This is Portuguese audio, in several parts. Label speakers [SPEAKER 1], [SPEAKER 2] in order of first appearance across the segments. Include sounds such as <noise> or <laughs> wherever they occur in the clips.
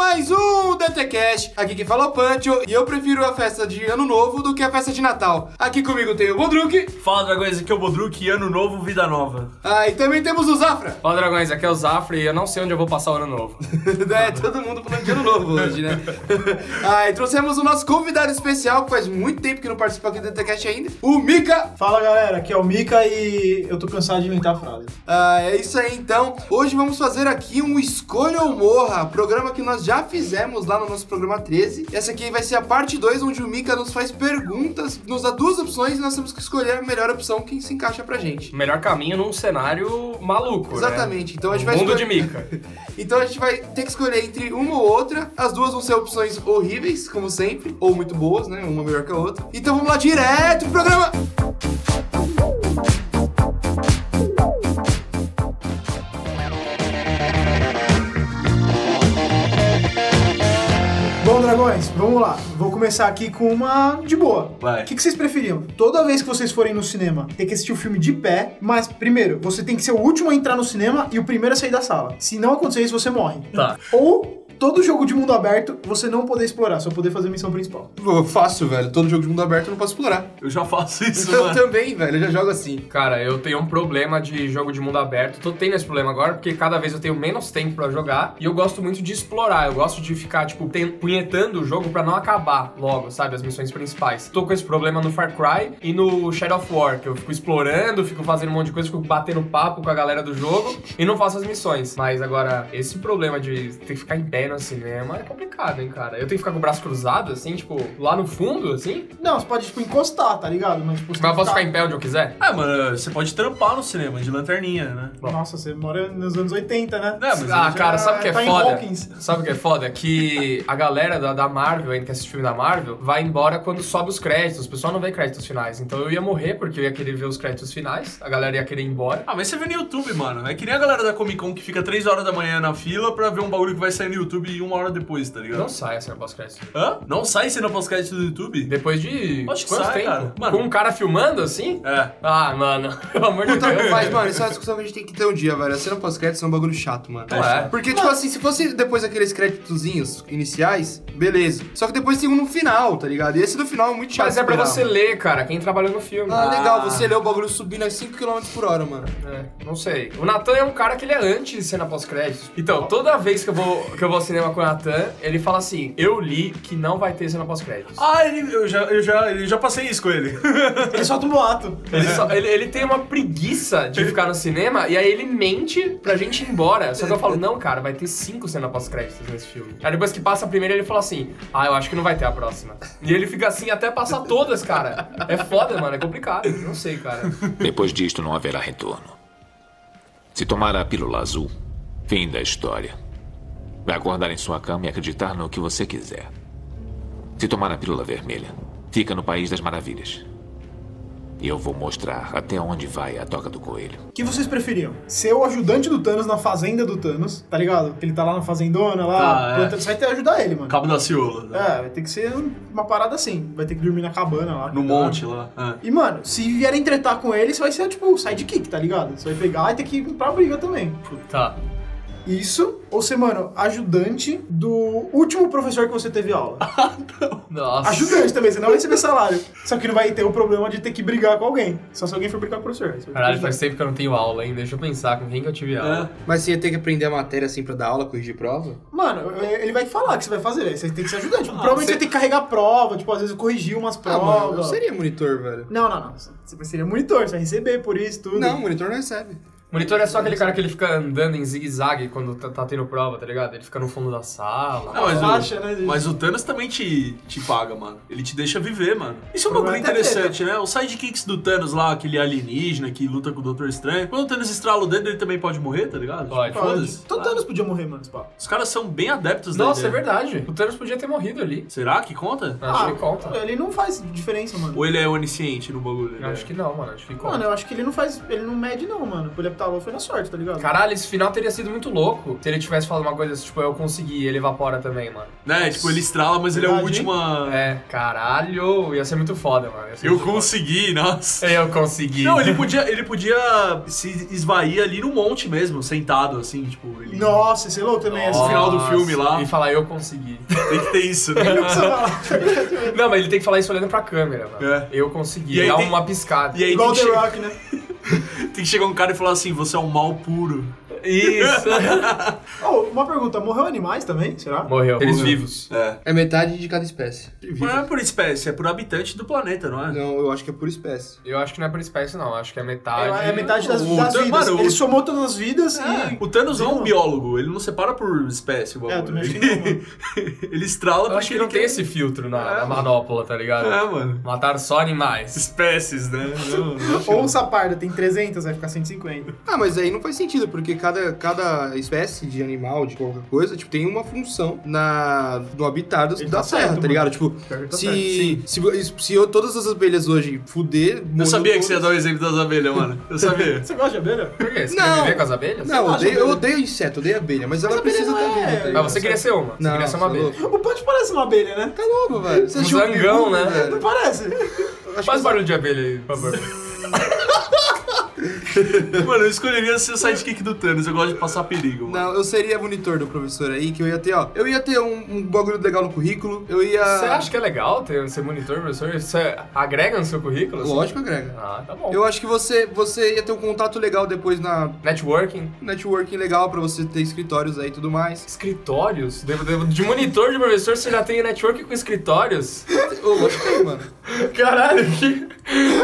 [SPEAKER 1] mais um DT Cash. Aqui quem fala é o Pancho e eu prefiro a festa de Ano Novo do que a festa de Natal. Aqui comigo tem o Bodruk.
[SPEAKER 2] Fala dragões, aqui é o Bodruk, ano novo, vida nova.
[SPEAKER 1] Ah, e também temos o Zafra. <laughs>
[SPEAKER 3] Fala dragões, aqui é o Zafra e eu não sei onde eu vou passar o ano novo.
[SPEAKER 1] é, todo mundo falando de Ano Novo hoje, né? <laughs> ah, e trouxemos o nosso convidado especial, que faz muito tempo que não participa aqui do DT Cash ainda, o Mika.
[SPEAKER 4] Fala galera, aqui é o Mika e eu tô cansado de inventar frase.
[SPEAKER 1] Ah, é isso aí então. Hoje vamos fazer aqui um Escolha ou Morra, programa que nós já fizemos lá no nosso programa 13. Essa aqui vai ser a parte 2, onde o Mika nos faz perguntas, nos dá duas opções e nós temos que escolher a melhor opção que se encaixa pra gente.
[SPEAKER 3] O melhor caminho num cenário maluco,
[SPEAKER 1] Exatamente, então a gente
[SPEAKER 3] né?
[SPEAKER 1] vai
[SPEAKER 3] Mundo de
[SPEAKER 1] escolher- <laughs>
[SPEAKER 3] mica.
[SPEAKER 1] Então a gente vai ter que escolher entre uma ou outra. As duas vão ser opções horríveis, como sempre, ou muito boas, né? Uma melhor que a outra. Então vamos lá direto pro programa!
[SPEAKER 4] Bom, dragões, vamos lá. Vou começar aqui com uma de boa.
[SPEAKER 2] Vai.
[SPEAKER 4] O que, que vocês preferiam? Toda vez que vocês forem no cinema, ter que assistir o filme de pé, mas primeiro, você tem que ser o último a entrar no cinema e o primeiro a sair da sala. Se não acontecer isso, você morre.
[SPEAKER 2] Tá.
[SPEAKER 4] Ou todo jogo de mundo aberto, você não poder explorar, só poder fazer a missão principal.
[SPEAKER 1] Pô, fácil, velho. Todo jogo de mundo aberto eu não posso explorar.
[SPEAKER 2] Eu já faço isso,
[SPEAKER 1] eu
[SPEAKER 4] Então
[SPEAKER 3] é.
[SPEAKER 4] <laughs>
[SPEAKER 2] mano.
[SPEAKER 1] também, velho. Eu já jogo assim.
[SPEAKER 3] Cara, eu tenho um problema de jogo de mundo aberto. Tô tendo esse problema agora, porque cada vez eu tenho menos tempo pra jogar e eu gosto muito de explorar. Eu gosto de ficar, tipo, ten- punhetando o jogo pra não acabar logo, sabe? As missões principais. Tô com esse problema no Far Cry e no Shadow of War, que eu fico explorando, fico fazendo um monte de coisa, fico batendo papo com a galera do jogo e não faço as missões. Mas agora, esse problema de ter que ficar em pé no cinema é complicado, hein, cara? Eu tenho que ficar com o braço cruzado, assim, tipo, lá no fundo, assim?
[SPEAKER 4] Não, você pode, tipo, encostar, tá ligado? Mas, tipo,
[SPEAKER 3] Mas eu
[SPEAKER 4] você tem que
[SPEAKER 3] posso ficar em pé onde eu quiser?
[SPEAKER 2] Ah, mano, você pode trampar no cinema de lanterninha, né?
[SPEAKER 4] Nossa, você mora nos anos 80, né?
[SPEAKER 2] Não, mas
[SPEAKER 3] ah,
[SPEAKER 2] ele já-
[SPEAKER 3] cara, sabe o que é
[SPEAKER 4] tá em
[SPEAKER 3] foda?
[SPEAKER 4] Hawkins.
[SPEAKER 3] Sabe o que é foda? Que a galera da, da Marvel, ainda que assiste filme da Marvel, vai embora quando sobe os créditos. O pessoal não vê créditos finais. Então eu ia morrer porque eu ia querer ver os créditos finais. A galera ia querer ir embora.
[SPEAKER 2] Ah, mas você vê no YouTube, mano. É que nem a galera da Comic Con que fica 3 horas da manhã na fila pra ver um bagulho que vai sair no YouTube e uma hora depois, tá ligado?
[SPEAKER 3] Não sai essa pós-crédito.
[SPEAKER 2] Hã? Não sai cena pós-crédito do YouTube?
[SPEAKER 3] Depois de
[SPEAKER 2] Acho que
[SPEAKER 3] quanto
[SPEAKER 2] sai,
[SPEAKER 3] tempo?
[SPEAKER 2] cara. Mano.
[SPEAKER 3] Com um cara filmando assim?
[SPEAKER 2] É.
[SPEAKER 3] Ah, mano, <laughs> pelo amor de
[SPEAKER 1] Puta,
[SPEAKER 3] Deus.
[SPEAKER 1] mas, mano, isso é uma discussão que a gente tem que ter um dia, velho. A cena pós-crédito é um bagulho chato, mano.
[SPEAKER 3] É.
[SPEAKER 1] Porque, tipo assim, se fosse depois daqueles créditozinhos iniciais, beleza. Só que depois tem um no final, tá ligado? E esse do final é muito chato.
[SPEAKER 3] Mas é pra
[SPEAKER 1] esperar,
[SPEAKER 3] você
[SPEAKER 1] mano.
[SPEAKER 3] ler, cara, quem trabalhou no filme.
[SPEAKER 1] Ah, legal,
[SPEAKER 2] Ah.
[SPEAKER 1] você lê o bagulho subindo a 5km por hora, mano.
[SPEAKER 3] É, não sei. O Natan é um cara que ele é anti de cena pós-crédito. Então, toda vez que eu vou, que eu vou ao cinema com o Natan, ele fala assim: Eu li que não vai ter cena pós-crédito.
[SPEAKER 2] Ah, ele, eu, já, eu, já, eu já passei isso com ele. <laughs>
[SPEAKER 4] Ele solta um boato.
[SPEAKER 3] Ele,
[SPEAKER 2] Uhum.
[SPEAKER 3] só- ele- ele tem uma preguiça de ficar no cinema e aí ele mente pra gente ir embora. Só que eu falo, não, cara, vai ter cinco cenas pós-créditos nesse filme. Aí depois que passa a primeira, ele fala assim: Ah, eu acho que não vai ter a próxima. E ele fica assim até passar todas, cara. É foda, mano, é complicado. Não sei, cara.
[SPEAKER 5] Depois disto não haverá retorno. Se tomar a pílula azul, fim da história. Vai acordar em sua cama e acreditar no que você quiser. Se tomar a pílula vermelha, fica no País das Maravilhas. E eu vou mostrar até onde vai a toca do coelho.
[SPEAKER 4] O que vocês preferiam? Ser o ajudante do Thanos na fazenda do Thanos, tá ligado? Ele tá lá na fazendona,
[SPEAKER 2] Tá,
[SPEAKER 4] lá,
[SPEAKER 2] é.
[SPEAKER 4] plantando, você vai ter que ajudar ele, mano.
[SPEAKER 2] Cabo da Ciola. né?
[SPEAKER 4] É, vai ter que ser um- uma parada assim, vai ter que dormir na cabana lá.
[SPEAKER 2] No
[SPEAKER 4] tá?
[SPEAKER 2] monte lá. É.
[SPEAKER 4] E, mano, se vierem tretar com ele, você vai ser, tipo, o sidekick, tá ligado? Você vai pegar e ter que ir pra briga também.
[SPEAKER 3] Tá.
[SPEAKER 4] Isso, ou ser, mano, ajudante do último professor que você teve aula.
[SPEAKER 3] Nossa.
[SPEAKER 4] ajudante também, você não vai receber salário. Só que não vai ter o problema de ter que brigar com alguém. Só se alguém for brigar com o professor. Você vai ter que
[SPEAKER 3] Caralho,
[SPEAKER 4] ajudar.
[SPEAKER 3] faz tempo que eu não tenho aula, hein? Deixa eu pensar com quem que eu tive aula.
[SPEAKER 2] É.
[SPEAKER 1] Mas você ia ter que aprender a matéria assim pra dar aula, corrigir prova?
[SPEAKER 4] Mano, ele vai falar o que você vai fazer, velho. Você tem que se ajudar. Tipo, provavelmente
[SPEAKER 2] você-
[SPEAKER 4] você tem que carregar prova, tipo, às vezes corrigir umas
[SPEAKER 3] Tá
[SPEAKER 1] Ah,
[SPEAKER 4] provas.
[SPEAKER 1] mano, eu seria monitor, velho.
[SPEAKER 4] Não, não, não. Você seria monitor, você vai receber por isso, tudo.
[SPEAKER 1] Não, monitor não recebe.
[SPEAKER 3] Monitor é só aquele cara que ele fica andando em zigue-zague quando tá, tá tendo prova, tá ligado? Ele fica no fundo da sala.
[SPEAKER 2] Não, mas,
[SPEAKER 4] Baixa,
[SPEAKER 2] o,
[SPEAKER 4] né, gente?
[SPEAKER 2] mas o Thanos também te, te paga, mano. Ele te deixa viver, mano. Isso é um bagulho
[SPEAKER 4] Problema é ter
[SPEAKER 2] interessante, né? Os sidekicks do Thanos lá, aquele alienígena que luta com o Doutor Estranho. Quando o Thanos estrala o dedo, ele também pode morrer, tá ligado?
[SPEAKER 3] Pode.
[SPEAKER 2] Tipo, Foda-se.
[SPEAKER 4] Todo Thanos podia morrer, mano, esse papo.
[SPEAKER 2] Os caras são bem adeptos da
[SPEAKER 3] Nossa, é
[SPEAKER 2] ideia.
[SPEAKER 3] verdade. Ah. O Thanos podia ter morrido ali.
[SPEAKER 2] Será que conta?
[SPEAKER 3] Acho que conta.
[SPEAKER 4] Ah, Ele não faz diferença, mano.
[SPEAKER 2] Ou ele é onisciente no bagulho?
[SPEAKER 3] Eu acho que não, mano. Acho que
[SPEAKER 4] Mano,
[SPEAKER 3] conta.
[SPEAKER 4] eu acho que ele não faz. Ele não mede, não, mano. Ele tava foi na sorte, tá ligado?
[SPEAKER 3] Caralho, esse final teria sido muito louco se ele tivesse falado uma coisa assim, tipo, eu consegui e ele evapora também, mano.
[SPEAKER 2] Né? Tipo, ele estrala, mas ele é o
[SPEAKER 4] Verdade,
[SPEAKER 2] último a...
[SPEAKER 3] É, caralho, ia ser muito foda, mano. ia ser
[SPEAKER 2] Eu
[SPEAKER 3] muito foda.
[SPEAKER 2] consegui, nossa.
[SPEAKER 3] Eu consegui.
[SPEAKER 2] Não, ele podia, ele podia se esvair ali no monte mesmo, sentado, assim, tipo... Ele...
[SPEAKER 4] Nossa, esse é louco também.
[SPEAKER 2] Nossa.
[SPEAKER 4] Esse
[SPEAKER 2] no
[SPEAKER 4] final. <laughs>
[SPEAKER 2] final do filme lá.
[SPEAKER 3] E falar, eu consegui.
[SPEAKER 2] Tem que ter isso, né?
[SPEAKER 4] Ele não precisa falar. tá ligado?
[SPEAKER 3] Não, mas ele tem que falar isso olhando pra câmera, mano.
[SPEAKER 2] É.
[SPEAKER 3] Eu consegui.
[SPEAKER 2] E aí
[SPEAKER 3] Dá
[SPEAKER 2] tem-
[SPEAKER 3] uma piscada.
[SPEAKER 2] E aí
[SPEAKER 4] Igual
[SPEAKER 2] tem
[SPEAKER 4] o
[SPEAKER 2] que,
[SPEAKER 4] The
[SPEAKER 2] che-
[SPEAKER 4] Rock, né?
[SPEAKER 2] tem que chegar um cara e falar assim, você é um mal puro. <laughs> É.
[SPEAKER 3] Isso.
[SPEAKER 4] Oh, uma pergunta, morreu animais também? Será?
[SPEAKER 3] Morreu. Eles
[SPEAKER 2] Morreu.
[SPEAKER 3] vivos.
[SPEAKER 2] É.
[SPEAKER 1] É metade de cada espécie.
[SPEAKER 2] Não é por espécie, é por habitante do planeta, não é?
[SPEAKER 1] Não, eu acho que é por espécie.
[SPEAKER 3] Eu acho que não é por espécie, não. Acho que é metade.
[SPEAKER 4] É é metade das,
[SPEAKER 2] O
[SPEAKER 4] das
[SPEAKER 2] Dan-
[SPEAKER 4] vidas.
[SPEAKER 2] mano, o-
[SPEAKER 4] Ele somou todas as vidas e.
[SPEAKER 2] O Thanos não é um
[SPEAKER 4] Não.
[SPEAKER 2] biólogo, ele não separa por espécie, igual
[SPEAKER 4] É, eu também acho que não,
[SPEAKER 2] <laughs> ele,
[SPEAKER 4] mano.
[SPEAKER 2] ele estrala
[SPEAKER 3] Eu
[SPEAKER 2] porque
[SPEAKER 3] acho que não
[SPEAKER 2] ele
[SPEAKER 3] tem
[SPEAKER 2] quer-
[SPEAKER 3] esse filtro na,
[SPEAKER 2] É,
[SPEAKER 3] na
[SPEAKER 2] mano.
[SPEAKER 3] manopla, tá
[SPEAKER 2] <laughs>
[SPEAKER 3] ligado?
[SPEAKER 2] É, mano.
[SPEAKER 3] Matar só animais.
[SPEAKER 2] Espécies, né? Não, não acho
[SPEAKER 4] Ou um
[SPEAKER 2] não.
[SPEAKER 4] saparda tem 300, vai ficar 150.
[SPEAKER 1] Ah, mas aí não faz sentido, porque cada, cada espécie de animal, de qualquer coisa, tipo, tem uma função na, no habitat da
[SPEAKER 4] Ele
[SPEAKER 1] terra,
[SPEAKER 4] tá certo,
[SPEAKER 1] tá ligado? Tipo,
[SPEAKER 4] Pior que tá certo.
[SPEAKER 1] se, se, se eu, todas as abelhas hoje fuder.
[SPEAKER 2] Eu sabia que você ia dar o exemplo das abelhas, mano. Eu
[SPEAKER 4] <laughs>
[SPEAKER 2] sabia.
[SPEAKER 4] Você gosta de abelha?
[SPEAKER 3] Por quê? Você
[SPEAKER 1] Não.
[SPEAKER 3] quer viver com as abelhas?
[SPEAKER 1] Não, eu
[SPEAKER 4] Você
[SPEAKER 1] odeio,
[SPEAKER 4] gosta
[SPEAKER 1] eu
[SPEAKER 4] de
[SPEAKER 1] odeio inseto, odeio abelha, mas ela
[SPEAKER 4] abelha
[SPEAKER 1] precisa
[SPEAKER 4] não
[SPEAKER 1] estar
[SPEAKER 4] é-
[SPEAKER 1] viva. tá ligado?
[SPEAKER 3] Mas você queria ser uma. Você
[SPEAKER 1] Não,
[SPEAKER 3] queria ser uma
[SPEAKER 1] você é
[SPEAKER 3] abelha.
[SPEAKER 1] louco.
[SPEAKER 4] O Pante parece uma abelha, né? É.
[SPEAKER 1] Tá louco, velho. Você
[SPEAKER 3] Um
[SPEAKER 1] assistiu o Bilu,
[SPEAKER 3] zangão, né?
[SPEAKER 1] velho?
[SPEAKER 4] Não parece?
[SPEAKER 1] Acho
[SPEAKER 3] Faz
[SPEAKER 1] que
[SPEAKER 3] barulho de abelha aí, por favor.
[SPEAKER 2] Mano, eu escolheria ser o sidekick do Thanos, eu gosto de passar perigo, mano.
[SPEAKER 1] Não, eu seria monitor do professor aí, que eu ia ter, ó. Eu ia ter um, um bagulho legal no currículo, eu ia.
[SPEAKER 3] Você acha que é legal ter, ser monitor, professor? Isso é- agrega no seu currículo? assim?
[SPEAKER 1] Lógico, Grega.
[SPEAKER 3] Ah, tá bom.
[SPEAKER 1] Eu acho que você, você ia ter um contato legal depois na
[SPEAKER 3] Networking,
[SPEAKER 1] networking legal pra você ter escritórios aí e tudo mais.
[SPEAKER 3] escritórios. De, de- de monitor de professor, você já tem networking com escritórios? <laughs>
[SPEAKER 1] Ô, lógico que tem, mano.
[SPEAKER 3] Caralho, que...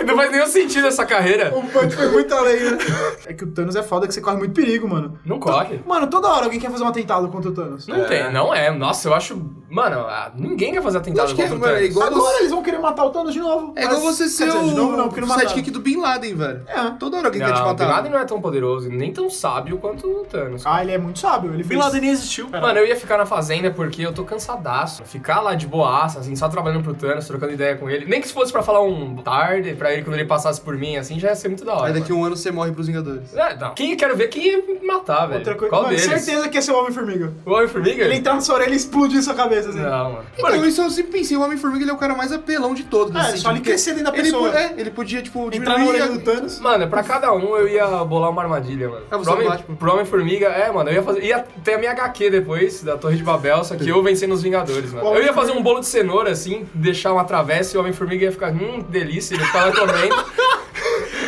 [SPEAKER 3] Não faz nenhum sentido essa carreira.
[SPEAKER 4] O Punch foi muito além, né? É que o Thanos é foda que você corre muito perigo, mano.
[SPEAKER 3] Não corre.
[SPEAKER 4] Mano, toda hora alguém quer fazer um atentado contra o Thanos.
[SPEAKER 3] Não tem, não é. Nossa, eu acho... Mano, ah, ninguém quer fazer atentado
[SPEAKER 1] Lógico que é,
[SPEAKER 3] contra o
[SPEAKER 1] mano. É
[SPEAKER 3] Thanos.
[SPEAKER 1] igual,
[SPEAKER 4] Agora
[SPEAKER 1] você,
[SPEAKER 4] eles vão querer matar o Thanos de novo.
[SPEAKER 1] é igual
[SPEAKER 4] mas-
[SPEAKER 1] você ser
[SPEAKER 4] quer dizer,
[SPEAKER 1] o
[SPEAKER 4] de novo não, porque não mataram.
[SPEAKER 1] sidekick do Bin Laden, velho.
[SPEAKER 4] É.
[SPEAKER 1] Toda hora alguém quer te
[SPEAKER 3] Não, o Bin
[SPEAKER 1] matar.
[SPEAKER 3] Laden não é tão poderoso, nem tão sábio quanto o Thanos.
[SPEAKER 4] Ah, ele é muito sábio. Ele
[SPEAKER 2] Bin
[SPEAKER 4] fez...
[SPEAKER 2] Laden nem existiu.
[SPEAKER 3] Mano, eu ia ficar na fazenda porque eu tô cansadaço. Ficar lá de boaça, assim, só trabalhando pro Thanos, trocando ideia com ele. Nem que se fosse pra falar um tarde pra ele quando ele passasse por mim, assim, já ia ser muito da hora.
[SPEAKER 1] Aí daqui
[SPEAKER 3] mano.
[SPEAKER 1] um ano você morre pros Vingadores.
[SPEAKER 3] É, não. Quem quero ver quem ia me matar,
[SPEAKER 1] é
[SPEAKER 3] velho.
[SPEAKER 4] Outra coisa.
[SPEAKER 3] Qual
[SPEAKER 4] mano,
[SPEAKER 3] deles?
[SPEAKER 4] certeza que ia ser o Homem-Formiga.
[SPEAKER 3] O Homem-Formiga?
[SPEAKER 4] Ele entrar na sua orelha e explodir sua cabeça, assim.
[SPEAKER 3] Não, mano.
[SPEAKER 1] Então, isso eu sempre pensei, o Homem-Formiga ele é o cara mais apelão de todos.
[SPEAKER 4] É,
[SPEAKER 1] nesse
[SPEAKER 4] só ele
[SPEAKER 1] sentido, porque
[SPEAKER 4] crescer dentro da
[SPEAKER 1] Ah, ele
[SPEAKER 4] pessoa.
[SPEAKER 1] po- é, ele podia, tipo,
[SPEAKER 4] Entrar na
[SPEAKER 1] diminuir
[SPEAKER 4] orelha
[SPEAKER 1] a-
[SPEAKER 4] do Thanos.
[SPEAKER 3] Mano, pra cada um eu ia bolar uma armadilha, mano.
[SPEAKER 1] Ah, você
[SPEAKER 3] Pro
[SPEAKER 1] é o
[SPEAKER 3] Homem-
[SPEAKER 1] Batman.
[SPEAKER 3] pro Homem-Formiga, é, mano, eu ia fazer. Ia ter a minha HQ depois, da Torre de Babel, só que eu vencendo os Vingadores, mano. Eu ia fazer um bolo de cenoura, assim, deixar uma travessa e o Homem-Formiga ia ficar, hum, que delícia, ele ia ficar lá comendo. <laughs>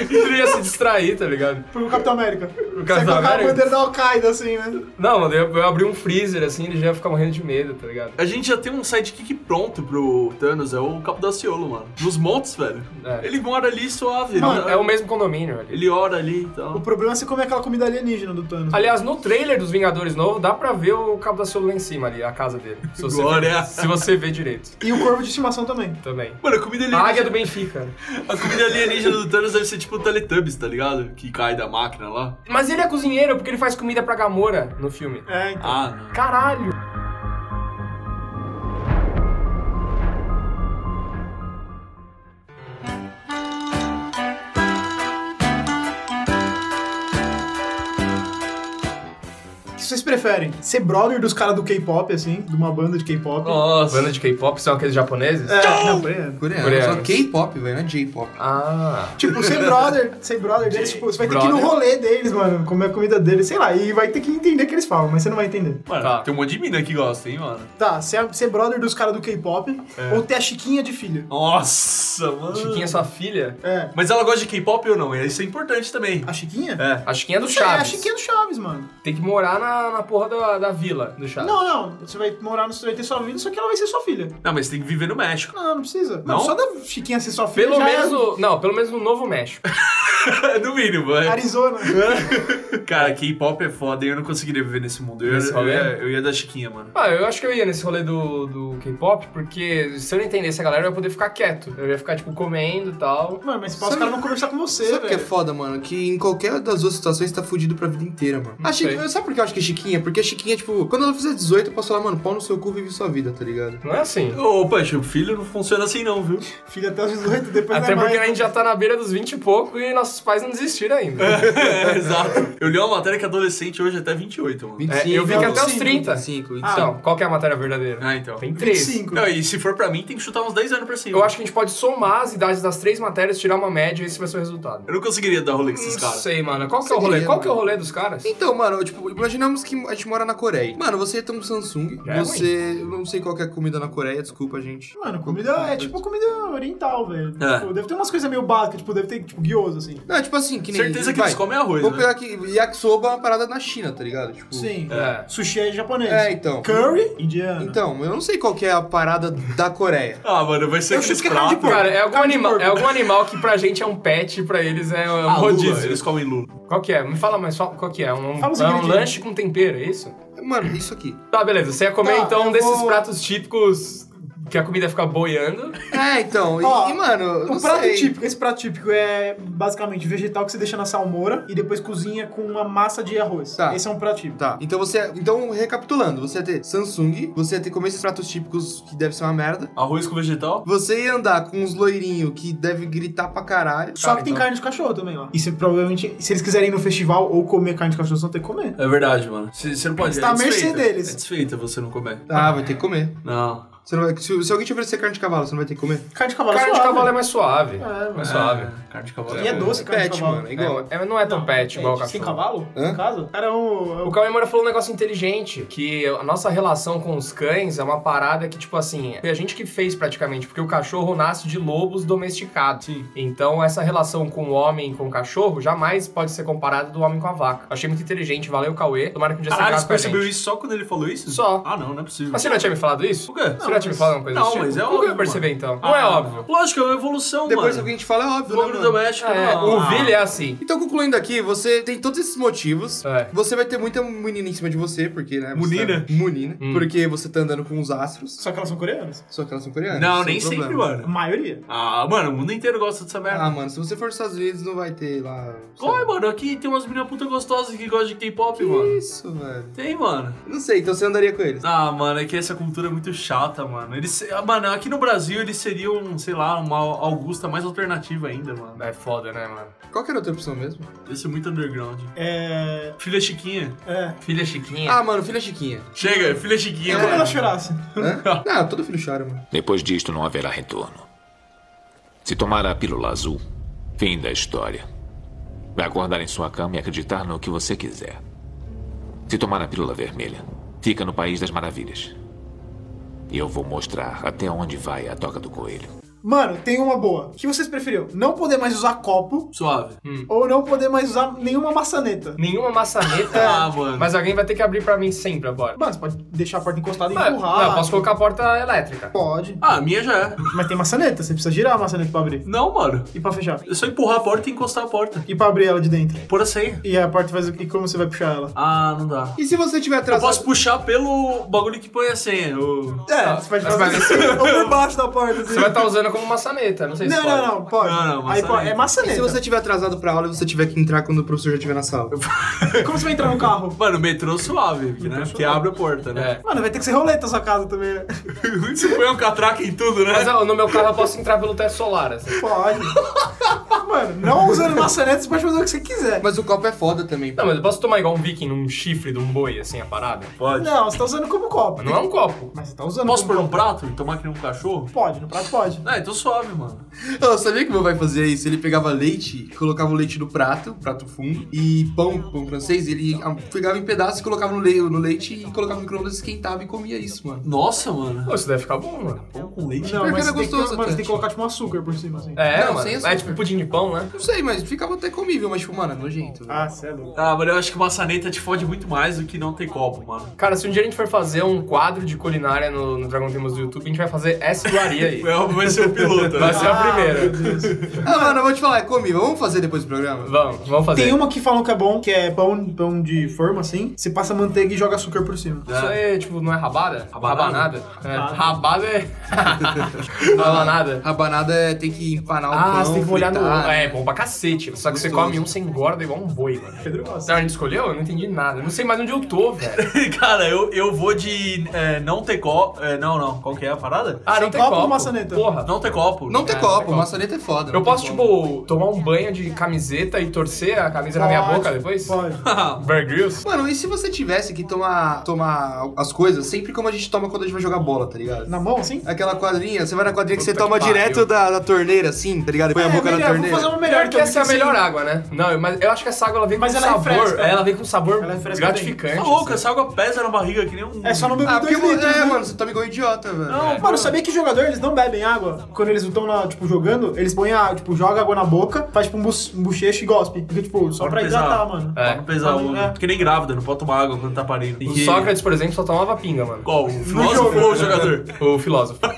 [SPEAKER 3] e ele ia se distrair, tá ligado?
[SPEAKER 4] Pro
[SPEAKER 1] <laughs>
[SPEAKER 4] Capitão América. Pro
[SPEAKER 3] Capitão
[SPEAKER 4] a
[SPEAKER 3] América?
[SPEAKER 4] bandeira da Al-Qaeda, assim, né?
[SPEAKER 3] Não, mano, eu, eu abri um freezer, assim, ele já ia ficar morrendo de medo, tá ligado?
[SPEAKER 2] A gente já tem um sidekick pronto pro Thanos, é o Capo da Ciolo, mano. Nos montes, velho.
[SPEAKER 3] É.
[SPEAKER 2] Ele mora ali suave. ele
[SPEAKER 4] Mano,
[SPEAKER 2] ora-
[SPEAKER 3] É o mesmo condomínio ali.
[SPEAKER 2] Ele ora ali e
[SPEAKER 4] O
[SPEAKER 2] tal.
[SPEAKER 4] problema é você comer aquela comida alienígena do Thanos.
[SPEAKER 3] Aliás, no trailer dos Vingadores Novo, dá pra ver o Cabo da Ciolo lá em cima ali, a casa dele. Se você,
[SPEAKER 2] Glória.
[SPEAKER 3] se você vê direito
[SPEAKER 4] E o corvo de estimação também.
[SPEAKER 3] também.
[SPEAKER 2] Mano, a comida
[SPEAKER 3] A águia
[SPEAKER 2] alienígena,
[SPEAKER 3] Ah, do Benfica.
[SPEAKER 2] a comida alienígena do Thanos deve ser tipo o Teletubbies, tá ligado? Que cai da máquina lá.
[SPEAKER 3] Mas ele é cozinheiro porque ele faz comida pra Gamora no filme.
[SPEAKER 4] É, então.
[SPEAKER 2] Ah, não.
[SPEAKER 3] Caralho!
[SPEAKER 4] O que vocês preferem? Ser brother dos caras do K-pop, assim? De uma banda de K-pop?
[SPEAKER 3] Nossa! Banda de K-pop são aqueles japoneses?
[SPEAKER 4] É, não, pera.
[SPEAKER 1] Coreano.
[SPEAKER 3] Coreano.
[SPEAKER 1] Só K-pop, velho, não é J-pop.
[SPEAKER 3] Ah!
[SPEAKER 4] Tipo, ser brother, ser brother deles, tipo, você vai ter que ir no
[SPEAKER 3] Brother.
[SPEAKER 4] rolê deles, mano, comer a comida deles, sei lá, e vai ter que entender o que eles falam, mas você não vai entender.
[SPEAKER 2] Mano,
[SPEAKER 3] Tá.
[SPEAKER 2] tem um monte de mina que gosta, hein, mano.
[SPEAKER 4] Tá, ser, ser brother dos caras do K-pop
[SPEAKER 3] É.
[SPEAKER 4] ou ter a Chiquinha de filha.
[SPEAKER 2] Nossa, mano.
[SPEAKER 3] Chiquinha é sua filha?
[SPEAKER 4] É.
[SPEAKER 2] Mas ela gosta de K-pop ou não? Isso é importante também.
[SPEAKER 4] A Chiquinha?
[SPEAKER 2] É.
[SPEAKER 3] A Chiquinha é do
[SPEAKER 4] Isso aí, É a
[SPEAKER 3] Chaves.
[SPEAKER 4] Chiquinha do Chaves, mano.
[SPEAKER 3] Tem que morar na, na porra da, da vila do Chaves.
[SPEAKER 4] Não, não, você vai morar no. Você vai ter sua vida, só que ela vai ser sua filha.
[SPEAKER 2] Não, mas tem que viver no México. <laughs>
[SPEAKER 4] Não, não precisa. Mano,
[SPEAKER 2] Não?
[SPEAKER 4] só da Chiquinha ser sua filha.
[SPEAKER 3] Pelo
[SPEAKER 4] já
[SPEAKER 3] menos
[SPEAKER 4] é
[SPEAKER 3] no, Não, pelo menos no Novo México. <laughs>
[SPEAKER 2] no mínimo, é.
[SPEAKER 4] Arizona.
[SPEAKER 2] Cara, K-pop é foda e eu não conseguiria viver nesse mundo. Eu,
[SPEAKER 3] Nesse
[SPEAKER 2] eu,
[SPEAKER 3] rolê?
[SPEAKER 2] ia, eu ia da Chiquinha, mano.
[SPEAKER 3] Ah, eu acho que eu ia nesse rolê do, do K-pop, porque se eu não entendesse a galera, eu ia poder ficar quieto. Eu ia ficar, tipo, comendo e tal.
[SPEAKER 4] Mano, mas se pá, os
[SPEAKER 1] Sabe-
[SPEAKER 4] caras vão conversar com você,
[SPEAKER 1] Sabe o que é
[SPEAKER 4] velho.
[SPEAKER 1] foda, mano? Que em qualquer das duas situações tá fudido pra vida inteira, mano.
[SPEAKER 3] Não
[SPEAKER 1] Acho,
[SPEAKER 3] sei.
[SPEAKER 1] sabe por que eu acho que que Chiquinha? Porque a Chiquinha, tipo, quando ela fizer 18, eu posso falar, mano, pau no seu cu, vive sua vida, tá ligado?
[SPEAKER 3] Não é assim.
[SPEAKER 2] Ô, Peixe, o filho não funciona assim não, viu? <laughs>
[SPEAKER 4] Filho até os 18, depois
[SPEAKER 3] Até
[SPEAKER 4] não é
[SPEAKER 3] porque a
[SPEAKER 4] mais.
[SPEAKER 3] gente já tá na beira dos 20 e pouco e nossos pais não desistiram <laughs> ainda.
[SPEAKER 2] É, exato. Eu li uma matéria que adolescente hoje é até 28, mano.
[SPEAKER 3] eu vi que até os 30.
[SPEAKER 2] assim,
[SPEAKER 1] 25,
[SPEAKER 4] Ah.
[SPEAKER 3] Então, qual que é a matéria verdadeira?
[SPEAKER 2] Ah, então.
[SPEAKER 3] Tem três.
[SPEAKER 4] 25.
[SPEAKER 2] Não, e se for pra mim, tem que chutar uns 10 anos pra cima.
[SPEAKER 3] Eu acho que a gente pode somar as idades das três matérias, tirar uma média e esse vai ser o resultado.
[SPEAKER 2] Eu não conseguiria dar rolê com esses
[SPEAKER 3] Não
[SPEAKER 2] caras.
[SPEAKER 3] sei, mano. Qual que é o
[SPEAKER 1] Você
[SPEAKER 3] rolê?
[SPEAKER 1] diria,
[SPEAKER 3] Qual que é o
[SPEAKER 1] mano.
[SPEAKER 3] rolê dos caras?
[SPEAKER 1] Então, mano, tipo, imaginamos que a gente mora na Coreia. Mano, você tem um Samsung,
[SPEAKER 3] Já é
[SPEAKER 1] você. Eu não sei qual que é a comida na Coreia, desculpa, gente.
[SPEAKER 4] Mano, comida é tipo comida oriental, velho.
[SPEAKER 2] É.
[SPEAKER 4] Tipo, deve ter umas coisas meio básicas, tipo, deve ter tipo guioso, assim.
[SPEAKER 1] Não, é tipo assim, que nem.
[SPEAKER 2] Certeza que
[SPEAKER 1] vai,
[SPEAKER 2] eles comem arroz,
[SPEAKER 1] Vamos
[SPEAKER 2] né?
[SPEAKER 1] pegar aqui. Yakisoba é uma parada na China, tá ligado? Tipo,
[SPEAKER 4] Sim.
[SPEAKER 3] É.
[SPEAKER 4] Sushi é japonês.
[SPEAKER 1] É, então.
[SPEAKER 4] Curry, indiano.
[SPEAKER 1] Então, eu não sei qual que é a parada da Coreia.
[SPEAKER 2] Ah, mano, vai ser
[SPEAKER 4] Eu
[SPEAKER 2] aqueles
[SPEAKER 4] chuto que é carne de
[SPEAKER 2] pratos...
[SPEAKER 4] porco.
[SPEAKER 3] Cara, é algum,
[SPEAKER 4] Carne de
[SPEAKER 3] animal,
[SPEAKER 4] porco.
[SPEAKER 3] é algum animal que pra gente é um pet, pra eles é um
[SPEAKER 2] Ah,
[SPEAKER 3] rodízio.
[SPEAKER 2] lula, eles comem lula.
[SPEAKER 3] Qual que é? Me fala mais, fala- qual que é? Um,
[SPEAKER 4] Fala os
[SPEAKER 3] é um
[SPEAKER 4] ingredientes.
[SPEAKER 3] lanche com tempero, é isso?
[SPEAKER 1] Mano, isso aqui.
[SPEAKER 3] Tá, beleza. Você ia comer
[SPEAKER 4] Tá,
[SPEAKER 3] então um
[SPEAKER 4] eu
[SPEAKER 3] desses
[SPEAKER 4] vou-
[SPEAKER 3] pratos típicos que a comida fica boiando.
[SPEAKER 1] É, então. e-
[SPEAKER 4] Ó,
[SPEAKER 1] e, mano, eu não
[SPEAKER 4] Um prato
[SPEAKER 1] sei.
[SPEAKER 4] típico, esse prato típico é basicamente vegetal que você deixa na salmoura e depois cozinha com uma massa de arroz.
[SPEAKER 1] Tá.
[SPEAKER 4] Esse é um prato típico.
[SPEAKER 1] Tá, então você. Então, recapitulando, você ia ter Samsung, você ia ter que comer esses pratos típicos que deve ser uma merda.
[SPEAKER 2] Arroz com vegetal?
[SPEAKER 1] Você ia andar com uns loirinhos que deve gritar pra caralho.
[SPEAKER 4] Só que tem carne de cachorro também lá. tá, então. E se, provavelmente, se eles quiserem ir no festival ou comer carne de cachorro, vocês vão ter que comer.
[SPEAKER 2] É verdade, mano. Você você não pode...
[SPEAKER 4] Você tá à
[SPEAKER 2] é desfeita.
[SPEAKER 4] mercê deles.
[SPEAKER 2] É desfeita você não comer.
[SPEAKER 1] Ah, vai ter que comer.
[SPEAKER 2] Não.
[SPEAKER 1] Você não vai, se, se alguém te oferecer carne de cavalo, você não vai ter que comer?
[SPEAKER 4] Carne de cavalo
[SPEAKER 3] carne
[SPEAKER 4] é
[SPEAKER 3] de
[SPEAKER 4] suave.
[SPEAKER 3] cavalo é mais suave.
[SPEAKER 4] É,
[SPEAKER 3] mais suave.
[SPEAKER 2] É, carne de cavalo.
[SPEAKER 4] E é doce, carne
[SPEAKER 1] Pet,
[SPEAKER 4] de cavalo.
[SPEAKER 1] mano, é igual.
[SPEAKER 3] É, não é tão pet igual o cachorro.
[SPEAKER 4] Tem cavalo?
[SPEAKER 1] Hã?
[SPEAKER 4] No caso? Cara, é um... é um-
[SPEAKER 3] O Kawemura falou um negócio inteligente, que a nossa relação com os cães é uma parada que, tipo assim, foi a gente que fez praticamente, porque o cachorro nasce de lobos domesticados.
[SPEAKER 2] Sim.
[SPEAKER 3] Então, essa relação com o homem e com o cachorro jamais pode ser comparada do homem com a vaca. Achei muito inteligente, valeu, Cauê. Tomara que um dia
[SPEAKER 2] Caralho,
[SPEAKER 3] você
[SPEAKER 2] você
[SPEAKER 3] grave pra
[SPEAKER 2] percebeu Ah,
[SPEAKER 3] gente.
[SPEAKER 2] isso só quando ele falou isso?
[SPEAKER 3] Só.
[SPEAKER 2] Ah, não, não é possível.
[SPEAKER 3] Mas você não tinha me falado isso?
[SPEAKER 2] Por quê?
[SPEAKER 3] você não tinha me falado uma coisa
[SPEAKER 2] Não,
[SPEAKER 3] desse tipo?
[SPEAKER 2] mas é
[SPEAKER 3] Como que eu
[SPEAKER 2] óbvio,
[SPEAKER 3] ia perceber, então?
[SPEAKER 2] Ah,
[SPEAKER 3] não é óbvio.
[SPEAKER 2] Lógico, é uma evolução,
[SPEAKER 1] Depois
[SPEAKER 2] mano.
[SPEAKER 1] alguém te fala, é óbvio, né,
[SPEAKER 2] Lobo
[SPEAKER 1] mano?
[SPEAKER 2] doméstico,
[SPEAKER 3] É,
[SPEAKER 2] não. Ah.
[SPEAKER 3] o Vili é assim.
[SPEAKER 1] Então, concluindo aqui, você tem todos esses motivos.
[SPEAKER 3] É.
[SPEAKER 1] Você vai ter muita menina em cima de você, porque, né? você
[SPEAKER 2] Munina?
[SPEAKER 1] tá- Munina.
[SPEAKER 3] Hum.
[SPEAKER 1] Porque você tá andando com os astros.
[SPEAKER 4] Só que elas são coreanas.
[SPEAKER 1] Só que elas são coreanas.
[SPEAKER 2] Ah, Não,
[SPEAKER 1] sem
[SPEAKER 2] nem sempre,
[SPEAKER 1] problema.
[SPEAKER 4] A
[SPEAKER 2] mano.
[SPEAKER 4] maioria.
[SPEAKER 2] Ah, mano, o mundo inteiro gosta dessa merda.
[SPEAKER 1] Ah, mano, se você for nos Estados Unidos, não vai ter lá. sabe?
[SPEAKER 2] Qual é, mano? Aqui tem umas meninas puta gostosas que gostam de K-pop, é, mano.
[SPEAKER 1] Isso, velho.
[SPEAKER 2] Tem, mano.
[SPEAKER 1] Não sei, então você andaria com eles.
[SPEAKER 2] Ah, mano, é que essa cultura é muito chata, mano. Eles, se- ah, mano, aqui no Brasil eles seriam, sei lá, uma Augusta mais alternativa ainda, mano.
[SPEAKER 3] É foda, né, mano?
[SPEAKER 1] Qual que era a outra opção mesmo?
[SPEAKER 2] Ia ser muito underground.
[SPEAKER 4] É...
[SPEAKER 2] Filha Chiquinha.
[SPEAKER 4] É...
[SPEAKER 3] Filha Chiquinha.
[SPEAKER 1] Ah, mano, filha Chiquinha.
[SPEAKER 2] Chega, filha
[SPEAKER 4] E
[SPEAKER 2] Chiquinha,
[SPEAKER 4] quando ela
[SPEAKER 2] mano.
[SPEAKER 4] chorasse?
[SPEAKER 1] Hã? Ah, todo filho chora, mano.
[SPEAKER 5] Depois disto não haverá retorno. Se tomar a pílula azul, fim da história. Vai acordar em sua cama e acreditar no que você quiser. Se tomar a pílula vermelha, fica no País das Maravilhas. E eu vou mostrar até onde vai a toca do coelho.
[SPEAKER 4] Mano, tem uma boa. O que vocês preferiam? Não poder mais usar copo
[SPEAKER 2] Suave.
[SPEAKER 4] ou não poder mais usar nenhuma maçaneta?
[SPEAKER 3] Nenhuma maçaneta.
[SPEAKER 2] Ah, mano.
[SPEAKER 3] Mas alguém vai ter que abrir pra mim sempre agora.
[SPEAKER 4] Mano, você pode deixar a porta encostada e
[SPEAKER 3] Ah,
[SPEAKER 4] empurrar.
[SPEAKER 3] Não, eu posso colocar a porta elétrica.
[SPEAKER 4] Pode.
[SPEAKER 2] Ah, a minha já é.
[SPEAKER 4] Mas tem maçaneta, você precisa girar a maçaneta pra abrir.
[SPEAKER 2] Não, mano.
[SPEAKER 4] E pra fechar.
[SPEAKER 2] É só empurrar a porta e encostar a porta.
[SPEAKER 4] E pra abrir ela de dentro.
[SPEAKER 2] Por a senha.
[SPEAKER 4] E a porta faz o E como você vai puxar ela?
[SPEAKER 2] Ah, não dá.
[SPEAKER 1] E se você tiver
[SPEAKER 2] Eu
[SPEAKER 1] atrasado?
[SPEAKER 2] posso puxar pelo bagulho que põe a senha. o-
[SPEAKER 4] É, você pode fazer assim. Ou por baixo da porta, assim.
[SPEAKER 3] Você vai estar usando como maçaneta, não sei se
[SPEAKER 4] Não,
[SPEAKER 3] pode.
[SPEAKER 4] não, não, pode.
[SPEAKER 2] Não, não,
[SPEAKER 4] Aí
[SPEAKER 2] maçaneta.
[SPEAKER 4] pode. É
[SPEAKER 1] E
[SPEAKER 4] maçaneta.
[SPEAKER 1] se você tiver atrasado pra aula e você tiver que entrar quando o professor já estiver na sala?
[SPEAKER 4] Como você vai entrar
[SPEAKER 2] <laughs>
[SPEAKER 4] no carro?
[SPEAKER 2] Mano, metrô suave, né? Porque abre a porta, né?
[SPEAKER 3] É.
[SPEAKER 4] Mano, vai ter que ser roleta a sua casa também, né?
[SPEAKER 2] <laughs> Você põe um catraca em tudo, né?
[SPEAKER 3] Mas ó, no meu carro eu posso entrar pelo teto solar, assim.
[SPEAKER 4] Pode. Mano, não usando maçaneta, você pode fazer o que você quiser.
[SPEAKER 1] <laughs> Mas o copo é foda também.
[SPEAKER 3] Não, mas eu posso tomar igual um viking num chifre de um boi, assim, a parada?
[SPEAKER 2] Pode.
[SPEAKER 4] Não, você tá usando como copo.
[SPEAKER 3] Mas não é um copo.
[SPEAKER 4] Mas você tá usando
[SPEAKER 2] Posso
[SPEAKER 4] como
[SPEAKER 2] pôr um prato e tomar que nem um cachorro?
[SPEAKER 4] Pode, no prato pode.
[SPEAKER 2] Ah, então suave, mano.
[SPEAKER 1] Eu sabia que meu pai fazia isso. Ele pegava leite, colocava o leite no prato, prato fundo, e pão, pão francês, ele ah, pegava em pedaços e colocava no, le no leite e colocava no micro-ondas, esquentava e comia isso, mano.
[SPEAKER 2] Nossa, mano.
[SPEAKER 3] Pô, isso deve ficar bom, mano.
[SPEAKER 2] Pão com leite.
[SPEAKER 4] Não,
[SPEAKER 1] Pior que
[SPEAKER 4] mas
[SPEAKER 1] era
[SPEAKER 4] você, tem que,
[SPEAKER 1] gostoso,
[SPEAKER 4] mano, você
[SPEAKER 1] até.
[SPEAKER 4] tem que colocar tipo um açúcar por cima, assim.
[SPEAKER 3] É,
[SPEAKER 1] Não,
[SPEAKER 3] mano.
[SPEAKER 1] sem açúcar.
[SPEAKER 3] é tipo pudim de pão, né?
[SPEAKER 1] Não sei, mas ficava até comível, mas tipo, mano, é nojento. velho.
[SPEAKER 4] Ah, cê é louco.
[SPEAKER 2] Ah, mano, eu acho que maçaneta te fode muito mais do que não ter copo, mano.
[SPEAKER 3] Cara, se um dia a gente for fazer um quadro de culinária no, no Dragon Temos do YouTube, a gente vai fazer essa iguaria
[SPEAKER 4] <laughs>
[SPEAKER 3] aí.
[SPEAKER 2] Eu vou É, ser o piloto,
[SPEAKER 3] Vai ser
[SPEAKER 2] né?
[SPEAKER 3] a
[SPEAKER 4] meu
[SPEAKER 3] primeira.
[SPEAKER 4] Deus.
[SPEAKER 1] Ah, mano, eu vou te falar, é comível. Vamos fazer depois do programa?
[SPEAKER 3] Vamos, vamos fazer.
[SPEAKER 4] Tem uma que falam que é bom, que é pão, pão de forma, assim. Você passa manteiga e joga açúcar por cima.
[SPEAKER 3] Isso aí, tipo, não é rabada?
[SPEAKER 2] Rabanada?
[SPEAKER 3] Rabanada? É, rabada é... <laughs> rabanada.
[SPEAKER 4] <laughs>
[SPEAKER 1] Rabanada é, tem que empanar o
[SPEAKER 3] Ah,
[SPEAKER 1] pão, Ah,
[SPEAKER 3] você tem que molhar no
[SPEAKER 1] fritar, lá,
[SPEAKER 3] é bom pra cacete. Só que você
[SPEAKER 1] Gostoso.
[SPEAKER 3] come um, você engorda igual um boi, mano.
[SPEAKER 4] Pedro gosta.
[SPEAKER 3] Não, a gente escolheu? Eu não entendi nada. Eu não sei mais onde eu tô,
[SPEAKER 2] <laughs>
[SPEAKER 3] velho.
[SPEAKER 2] Cara, eu, eu vou de é, não ter copo. É, não, não. Qual que é a parada?
[SPEAKER 3] Ah, não
[SPEAKER 4] Sem
[SPEAKER 3] tem
[SPEAKER 4] copo
[SPEAKER 3] copo.
[SPEAKER 4] ou maçaneta?
[SPEAKER 3] Porra.
[SPEAKER 2] Não ter copo.
[SPEAKER 1] Não tem
[SPEAKER 3] É,
[SPEAKER 1] copo,
[SPEAKER 3] tem copo.
[SPEAKER 1] maçaneta é foda.
[SPEAKER 3] Eu
[SPEAKER 1] não tem
[SPEAKER 3] posso,
[SPEAKER 1] como.
[SPEAKER 3] tipo, tomar um banho de camiseta e torcer a camisa na minha
[SPEAKER 4] Pode,
[SPEAKER 3] boca depois?
[SPEAKER 4] Pode.
[SPEAKER 3] Bear Grylls?
[SPEAKER 1] Mano, e se você tivesse que tomar, tomar as coisas sempre como a gente toma quando a gente vai jogar bola, tá ligado?
[SPEAKER 4] Na mão, assim?
[SPEAKER 1] Aquela quadrinha, você vai na quadrinha que você
[SPEAKER 3] Puta que
[SPEAKER 1] toma
[SPEAKER 3] pariu.
[SPEAKER 1] direto da, da torneira, assim, tá ligado? Põe a
[SPEAKER 4] É,
[SPEAKER 1] boca na
[SPEAKER 4] melhor, vou
[SPEAKER 1] torneira.
[SPEAKER 4] fazer uma melhor. assim,
[SPEAKER 3] Melhor que essa é a
[SPEAKER 4] porque
[SPEAKER 3] melhor água, né? Não, mas eu acho que essa água ela vem
[SPEAKER 4] Mas
[SPEAKER 3] com um
[SPEAKER 4] ela
[SPEAKER 3] sabor.
[SPEAKER 4] refresca, né?
[SPEAKER 3] ela vem com um sabor
[SPEAKER 4] Ela refresca bem.
[SPEAKER 3] gratificante.
[SPEAKER 2] Tá louco,
[SPEAKER 3] assim.
[SPEAKER 2] essa água pesa na barriga que nem um.
[SPEAKER 4] É só não beber
[SPEAKER 1] Ah, porque,
[SPEAKER 4] dois litros,
[SPEAKER 1] é,
[SPEAKER 4] né?
[SPEAKER 1] mano, você toma igual idiota, velho.
[SPEAKER 2] Não,
[SPEAKER 4] Mano, sabia que jogador eles não bebem água? Quando eles estão lá, tipo, jogando, eles põem a, tipo, joga água na boca, faz tipo um, bu- um bochecho e gospe. Porque, tipo, só
[SPEAKER 2] Pode
[SPEAKER 4] pra
[SPEAKER 2] pesar.
[SPEAKER 4] hidratar, mano.
[SPEAKER 2] Pra não pesar
[SPEAKER 4] Mas,
[SPEAKER 2] o.
[SPEAKER 4] é.
[SPEAKER 2] Que nem grávida, não pode tomar água quando tá parindo.
[SPEAKER 3] assim. O
[SPEAKER 2] E-
[SPEAKER 3] Sócrates, por exemplo, só tomava pinga,
[SPEAKER 2] <laughs>
[SPEAKER 3] mano.
[SPEAKER 2] Qual? O filósofo ou o jogador?
[SPEAKER 3] O filósofo. Tá,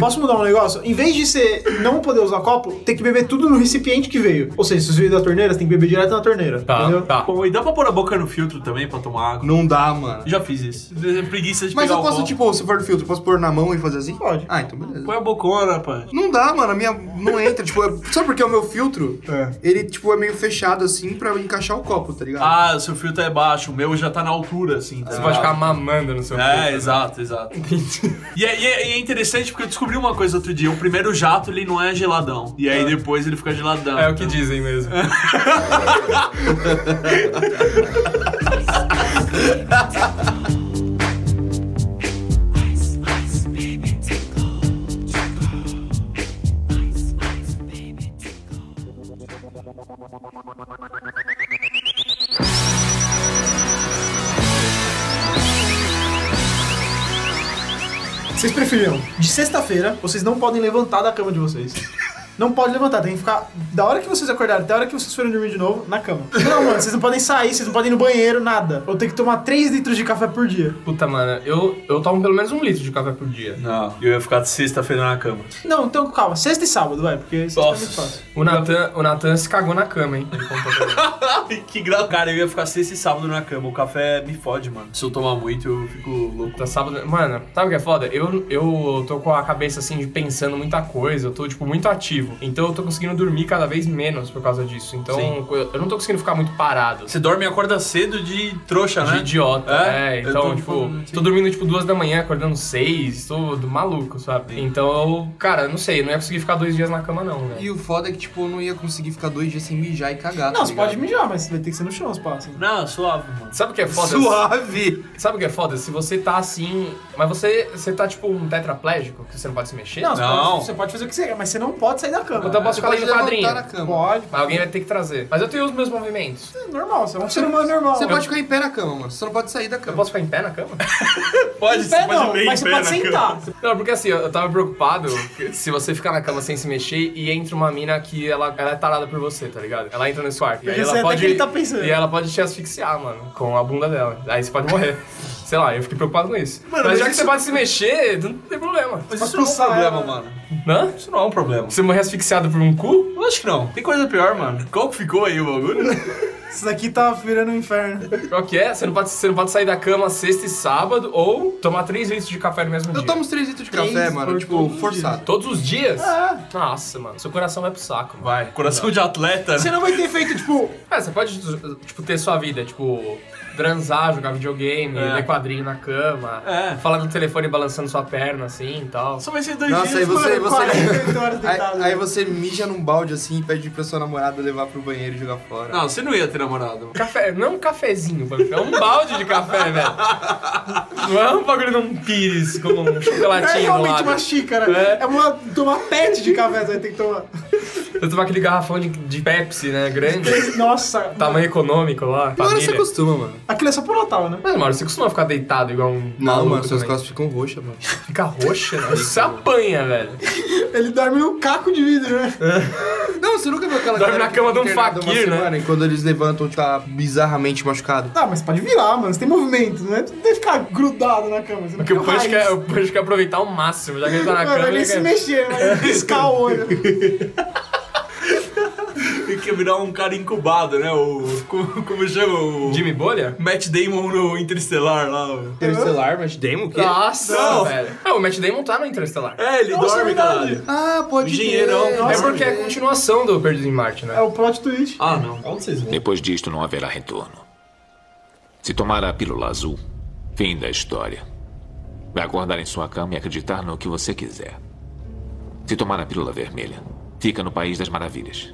[SPEAKER 4] Posso mudar um negócio? Em vez de você não poder usar copo, tem que beber tudo no recipiente que veio. Ou seja, se você veio da torneira, você tem que beber direto na torneira.
[SPEAKER 3] Tá,
[SPEAKER 4] entendeu?
[SPEAKER 3] tá.
[SPEAKER 2] Bom, e dá pra pôr a boca no filtro também pra tomar água?
[SPEAKER 1] Não dá, mano.
[SPEAKER 2] Já fiz isso. Preguiça de
[SPEAKER 1] Mas
[SPEAKER 2] pegar
[SPEAKER 1] eu
[SPEAKER 2] o
[SPEAKER 1] posso,
[SPEAKER 2] copo.
[SPEAKER 1] tipo, se for do filtro, posso pôr na mão e fazer assim?
[SPEAKER 4] Pode.
[SPEAKER 1] Ah, então beleza.
[SPEAKER 2] Põe a bocona, pá.
[SPEAKER 1] Não dá, mano, a minha não entra. tipo, é- sabe por que o meu filtro? Ele, tipo, é meio fechado assim pra encaixar o copo, tá ligado?
[SPEAKER 2] Ah, o seu filtro é baixo, o meu já tá na altura, assim. Tá
[SPEAKER 3] Você
[SPEAKER 2] ligado?
[SPEAKER 3] pode ficar mamando no seu
[SPEAKER 2] É,
[SPEAKER 3] filtro.
[SPEAKER 2] exato, exato. E é, e é- e é interessante porque eu descobri uma coisa outro dia. O primeiro jato, ele não é geladão. E aí depois ele fica geladão. então.
[SPEAKER 3] É o que dizem mesmo.
[SPEAKER 4] Vocês preferiam? De sexta-feira, vocês não podem levantar da cama de vocês. Não pode levantar, tem que ficar da hora que vocês acordarem até a hora que vocês forem dormir de novo na cama. Não, mano, vocês não podem sair, vocês não podem ir no banheiro, nada. Ou tem que tomar 3 litros de café por dia.
[SPEAKER 3] Puta, mano, eu, eu tomo pelo menos um litro de café por dia.
[SPEAKER 2] Não, eu ia ficar de sexta-feira na cama.
[SPEAKER 4] Não, então calma, sexta e sábado, vai, porque isso é muito
[SPEAKER 2] Nossa.
[SPEAKER 4] fácil.
[SPEAKER 3] O Natan, o Natan se cagou na cama, hein? Ele contou pra mim.
[SPEAKER 2] <laughs> que grau. Cara, eu ia ficar sexta e sábado na cama. O café me fode, mano. Se eu tomar muito, eu fico louco.
[SPEAKER 3] Tá sábado. Mano, sabe o que é foda? Eu, eu tô com a cabeça assim de pensando muita coisa, eu tô, tipo, muito ativo. Então eu tô conseguindo dormir cada vez menos por causa disso. Então
[SPEAKER 2] Sim.
[SPEAKER 3] eu eu não tô conseguindo ficar muito parado.
[SPEAKER 2] Você dorme e acorda cedo de trouxa,
[SPEAKER 3] De
[SPEAKER 2] né?
[SPEAKER 3] idiota,
[SPEAKER 2] É?
[SPEAKER 3] é.
[SPEAKER 2] Eu
[SPEAKER 3] Então,
[SPEAKER 2] tô,
[SPEAKER 3] tipo,
[SPEAKER 2] tipo, sim.
[SPEAKER 3] tô dormindo, tipo, duas da manhã, acordando seis, tô do maluco, sabe? Então, cara, eu não sei, eu não ia conseguir ficar dois dias na cama, não, velho.
[SPEAKER 1] E o foda é que, tipo, eu não ia conseguir ficar dois dias sem mijar e cagar.
[SPEAKER 4] Não,
[SPEAKER 1] tá
[SPEAKER 4] você
[SPEAKER 1] ligado?
[SPEAKER 4] pode mijar, mas vai ter que ser no chão, os passos.
[SPEAKER 2] Não, suave, mano.
[SPEAKER 3] Sabe o que é foda?
[SPEAKER 1] Suave!
[SPEAKER 3] Sabe o que é foda? Se você tá assim. Mas você, você tá tipo um tetraplégico, que você não pode se mexer?
[SPEAKER 4] Não, você
[SPEAKER 2] Não.
[SPEAKER 4] pode- você pode fazer o que você quer, mas você não pode sair da cama.
[SPEAKER 3] Eu posso
[SPEAKER 1] Você
[SPEAKER 3] ficar
[SPEAKER 1] pode
[SPEAKER 3] lendo quadrinho.
[SPEAKER 1] levantar na cama.
[SPEAKER 4] Pode,
[SPEAKER 3] Mas alguém vai ter que trazer. Mas eu tenho os meus movimentos.
[SPEAKER 4] é normal, você é um ser humano normal.
[SPEAKER 1] Você pode ficar em pé na cama, mano. Você não pode sair da
[SPEAKER 3] Eu
[SPEAKER 1] cama.
[SPEAKER 3] posso ficar em pé na
[SPEAKER 4] <laughs>
[SPEAKER 3] cama?
[SPEAKER 2] Pode,
[SPEAKER 4] Em pé não, mas você pode
[SPEAKER 3] né?
[SPEAKER 4] sentar.
[SPEAKER 3] Não, porque assim, eu eu tava preocupado que se você ficar na cama sem se mexer e entra uma mina que ela, ela é tarada por você, tá ligado? Ela entra nesse quarto. E aí
[SPEAKER 4] Porque você
[SPEAKER 3] ela
[SPEAKER 4] até que
[SPEAKER 3] pode.
[SPEAKER 4] ele tá pensando.
[SPEAKER 3] E ela pode te asfixiar, mano, com a bunda dela. Aí você pode
[SPEAKER 4] <laughs>
[SPEAKER 3] morrer. Sei lá, eu fiquei preocupado com isso.
[SPEAKER 2] Mano,
[SPEAKER 3] mas,
[SPEAKER 2] mas
[SPEAKER 3] já que
[SPEAKER 2] isso-
[SPEAKER 3] você pode se mexer, não tem problema.
[SPEAKER 2] Mas
[SPEAKER 4] Mas
[SPEAKER 2] isso não é um
[SPEAKER 4] pensar,
[SPEAKER 2] problema,
[SPEAKER 4] né?
[SPEAKER 2] mano.
[SPEAKER 3] Hã?
[SPEAKER 2] Isso não é um problema.
[SPEAKER 3] Você morrer asfixiado por um cu?
[SPEAKER 2] Eu acho que não. Tem coisa pior, mano. Qual que ficou aí o bagulho?
[SPEAKER 4] Isso daqui tá virando um inferno.
[SPEAKER 3] Qual que é? Você não, pode, você não pode sair da cama sexta e sábado ou tomar três litros de café no mesmo
[SPEAKER 1] Eu
[SPEAKER 3] dia.
[SPEAKER 1] tomo uns 3 litros de
[SPEAKER 4] Três
[SPEAKER 1] café, mano.
[SPEAKER 4] por
[SPEAKER 1] Tipo,
[SPEAKER 4] todos os
[SPEAKER 1] forçado.
[SPEAKER 3] Todos os dias?
[SPEAKER 4] É.
[SPEAKER 3] Nossa, mano. Seu coração vai pro saco, mano.
[SPEAKER 2] Vai. Coração de atleta. né?
[SPEAKER 4] Você não vai ter feito, tipo,
[SPEAKER 3] É, você pode, tipo, ter sua vida, tipo, transar, jogar videogame,
[SPEAKER 2] É.
[SPEAKER 3] ler quadrinho na cama,
[SPEAKER 2] É.
[SPEAKER 3] falar no telefone balançando sua perna, assim e tal.
[SPEAKER 2] Só vai ser dois
[SPEAKER 1] Nossa, aí
[SPEAKER 2] dias,
[SPEAKER 1] você.
[SPEAKER 2] mano.
[SPEAKER 1] você...
[SPEAKER 4] 48 horas deitado. né?
[SPEAKER 1] Aí, aí você mija num balde assim e pede pra sua namorada levar pro banheiro e jogar fora.
[SPEAKER 2] Não, você não ia ter namorado.
[SPEAKER 3] Café, não é um cafezinho, mano, é um balde de café, velho. Não é um bagulho de um pires com um
[SPEAKER 4] é
[SPEAKER 3] chocolatinho do
[SPEAKER 4] realmente
[SPEAKER 3] lado.
[SPEAKER 4] uma xícara.
[SPEAKER 3] É.
[SPEAKER 4] É, uma, tomar pet de café, você vai ter que tomar.
[SPEAKER 3] Eu tomar aquele garrafão de, de Pepsi, né, grande,
[SPEAKER 4] Nossa,
[SPEAKER 3] tamanho econômico lá,
[SPEAKER 1] Uma hora
[SPEAKER 3] família.
[SPEAKER 1] você acostuma, mano.
[SPEAKER 4] aquilo é só pro Natal, né?
[SPEAKER 3] Mas, mano, você costuma ficar deitado igual um
[SPEAKER 1] Não,
[SPEAKER 3] maluco
[SPEAKER 1] mano, suas
[SPEAKER 3] também.
[SPEAKER 1] costas ficam roxas, mano.
[SPEAKER 3] Fica roxa, né? Você apanha, velho.
[SPEAKER 4] Ele dorme num caco de vidro, né?
[SPEAKER 1] Não, você nunca viu aquela
[SPEAKER 3] Dorme
[SPEAKER 1] galera
[SPEAKER 3] na
[SPEAKER 1] que
[SPEAKER 3] cama
[SPEAKER 1] fica
[SPEAKER 3] de um
[SPEAKER 1] internada uma
[SPEAKER 3] faquir, né?
[SPEAKER 1] semana, e Quando eles levantam, tá bizarramente machucado.
[SPEAKER 4] Ah, mas pode virar, mano. Você tem movimento, né? Não tem que ficar grudado na cama. Você não
[SPEAKER 3] Porque É o
[SPEAKER 4] tem
[SPEAKER 3] Punch,
[SPEAKER 4] raiz.
[SPEAKER 3] quer, o Punch quer é aproveitar ao máximo, já que ele tá na
[SPEAKER 4] Mano,
[SPEAKER 3] <laughs> cama.
[SPEAKER 4] ele
[SPEAKER 3] ele
[SPEAKER 4] se
[SPEAKER 3] quer-
[SPEAKER 4] mexer, vai piscar o olho.
[SPEAKER 2] Ele quer virar um cara incubado, né? O. Como, como chama? O.
[SPEAKER 3] Jimmy Bolha?
[SPEAKER 2] Matt Damon no Interestelar lá. o-
[SPEAKER 6] Interestelar, mas Demo o quê?
[SPEAKER 1] Ah,
[SPEAKER 3] Nossa,
[SPEAKER 2] Não.
[SPEAKER 3] velho. Ah, o Matt Damon tá no Interestelar.
[SPEAKER 2] É, ele
[SPEAKER 4] Nossa,
[SPEAKER 2] dorme,
[SPEAKER 4] é verdade.
[SPEAKER 2] caralho.
[SPEAKER 1] Ah, pode
[SPEAKER 2] Engenheirão.
[SPEAKER 1] crer.
[SPEAKER 3] é
[SPEAKER 4] Nossa,
[SPEAKER 3] porque é a continuação do Perdido em Marte, né?
[SPEAKER 4] É o plot twist.
[SPEAKER 2] Ah, não.
[SPEAKER 6] Onde vocês vão?
[SPEAKER 5] Depois disto não haverá retorno. Se tomar a pílula azul, fim da história. Vai acordar em sua cama e acreditar no que você quiser. Se tomar a pílula vermelha, fica no País das Maravilhas.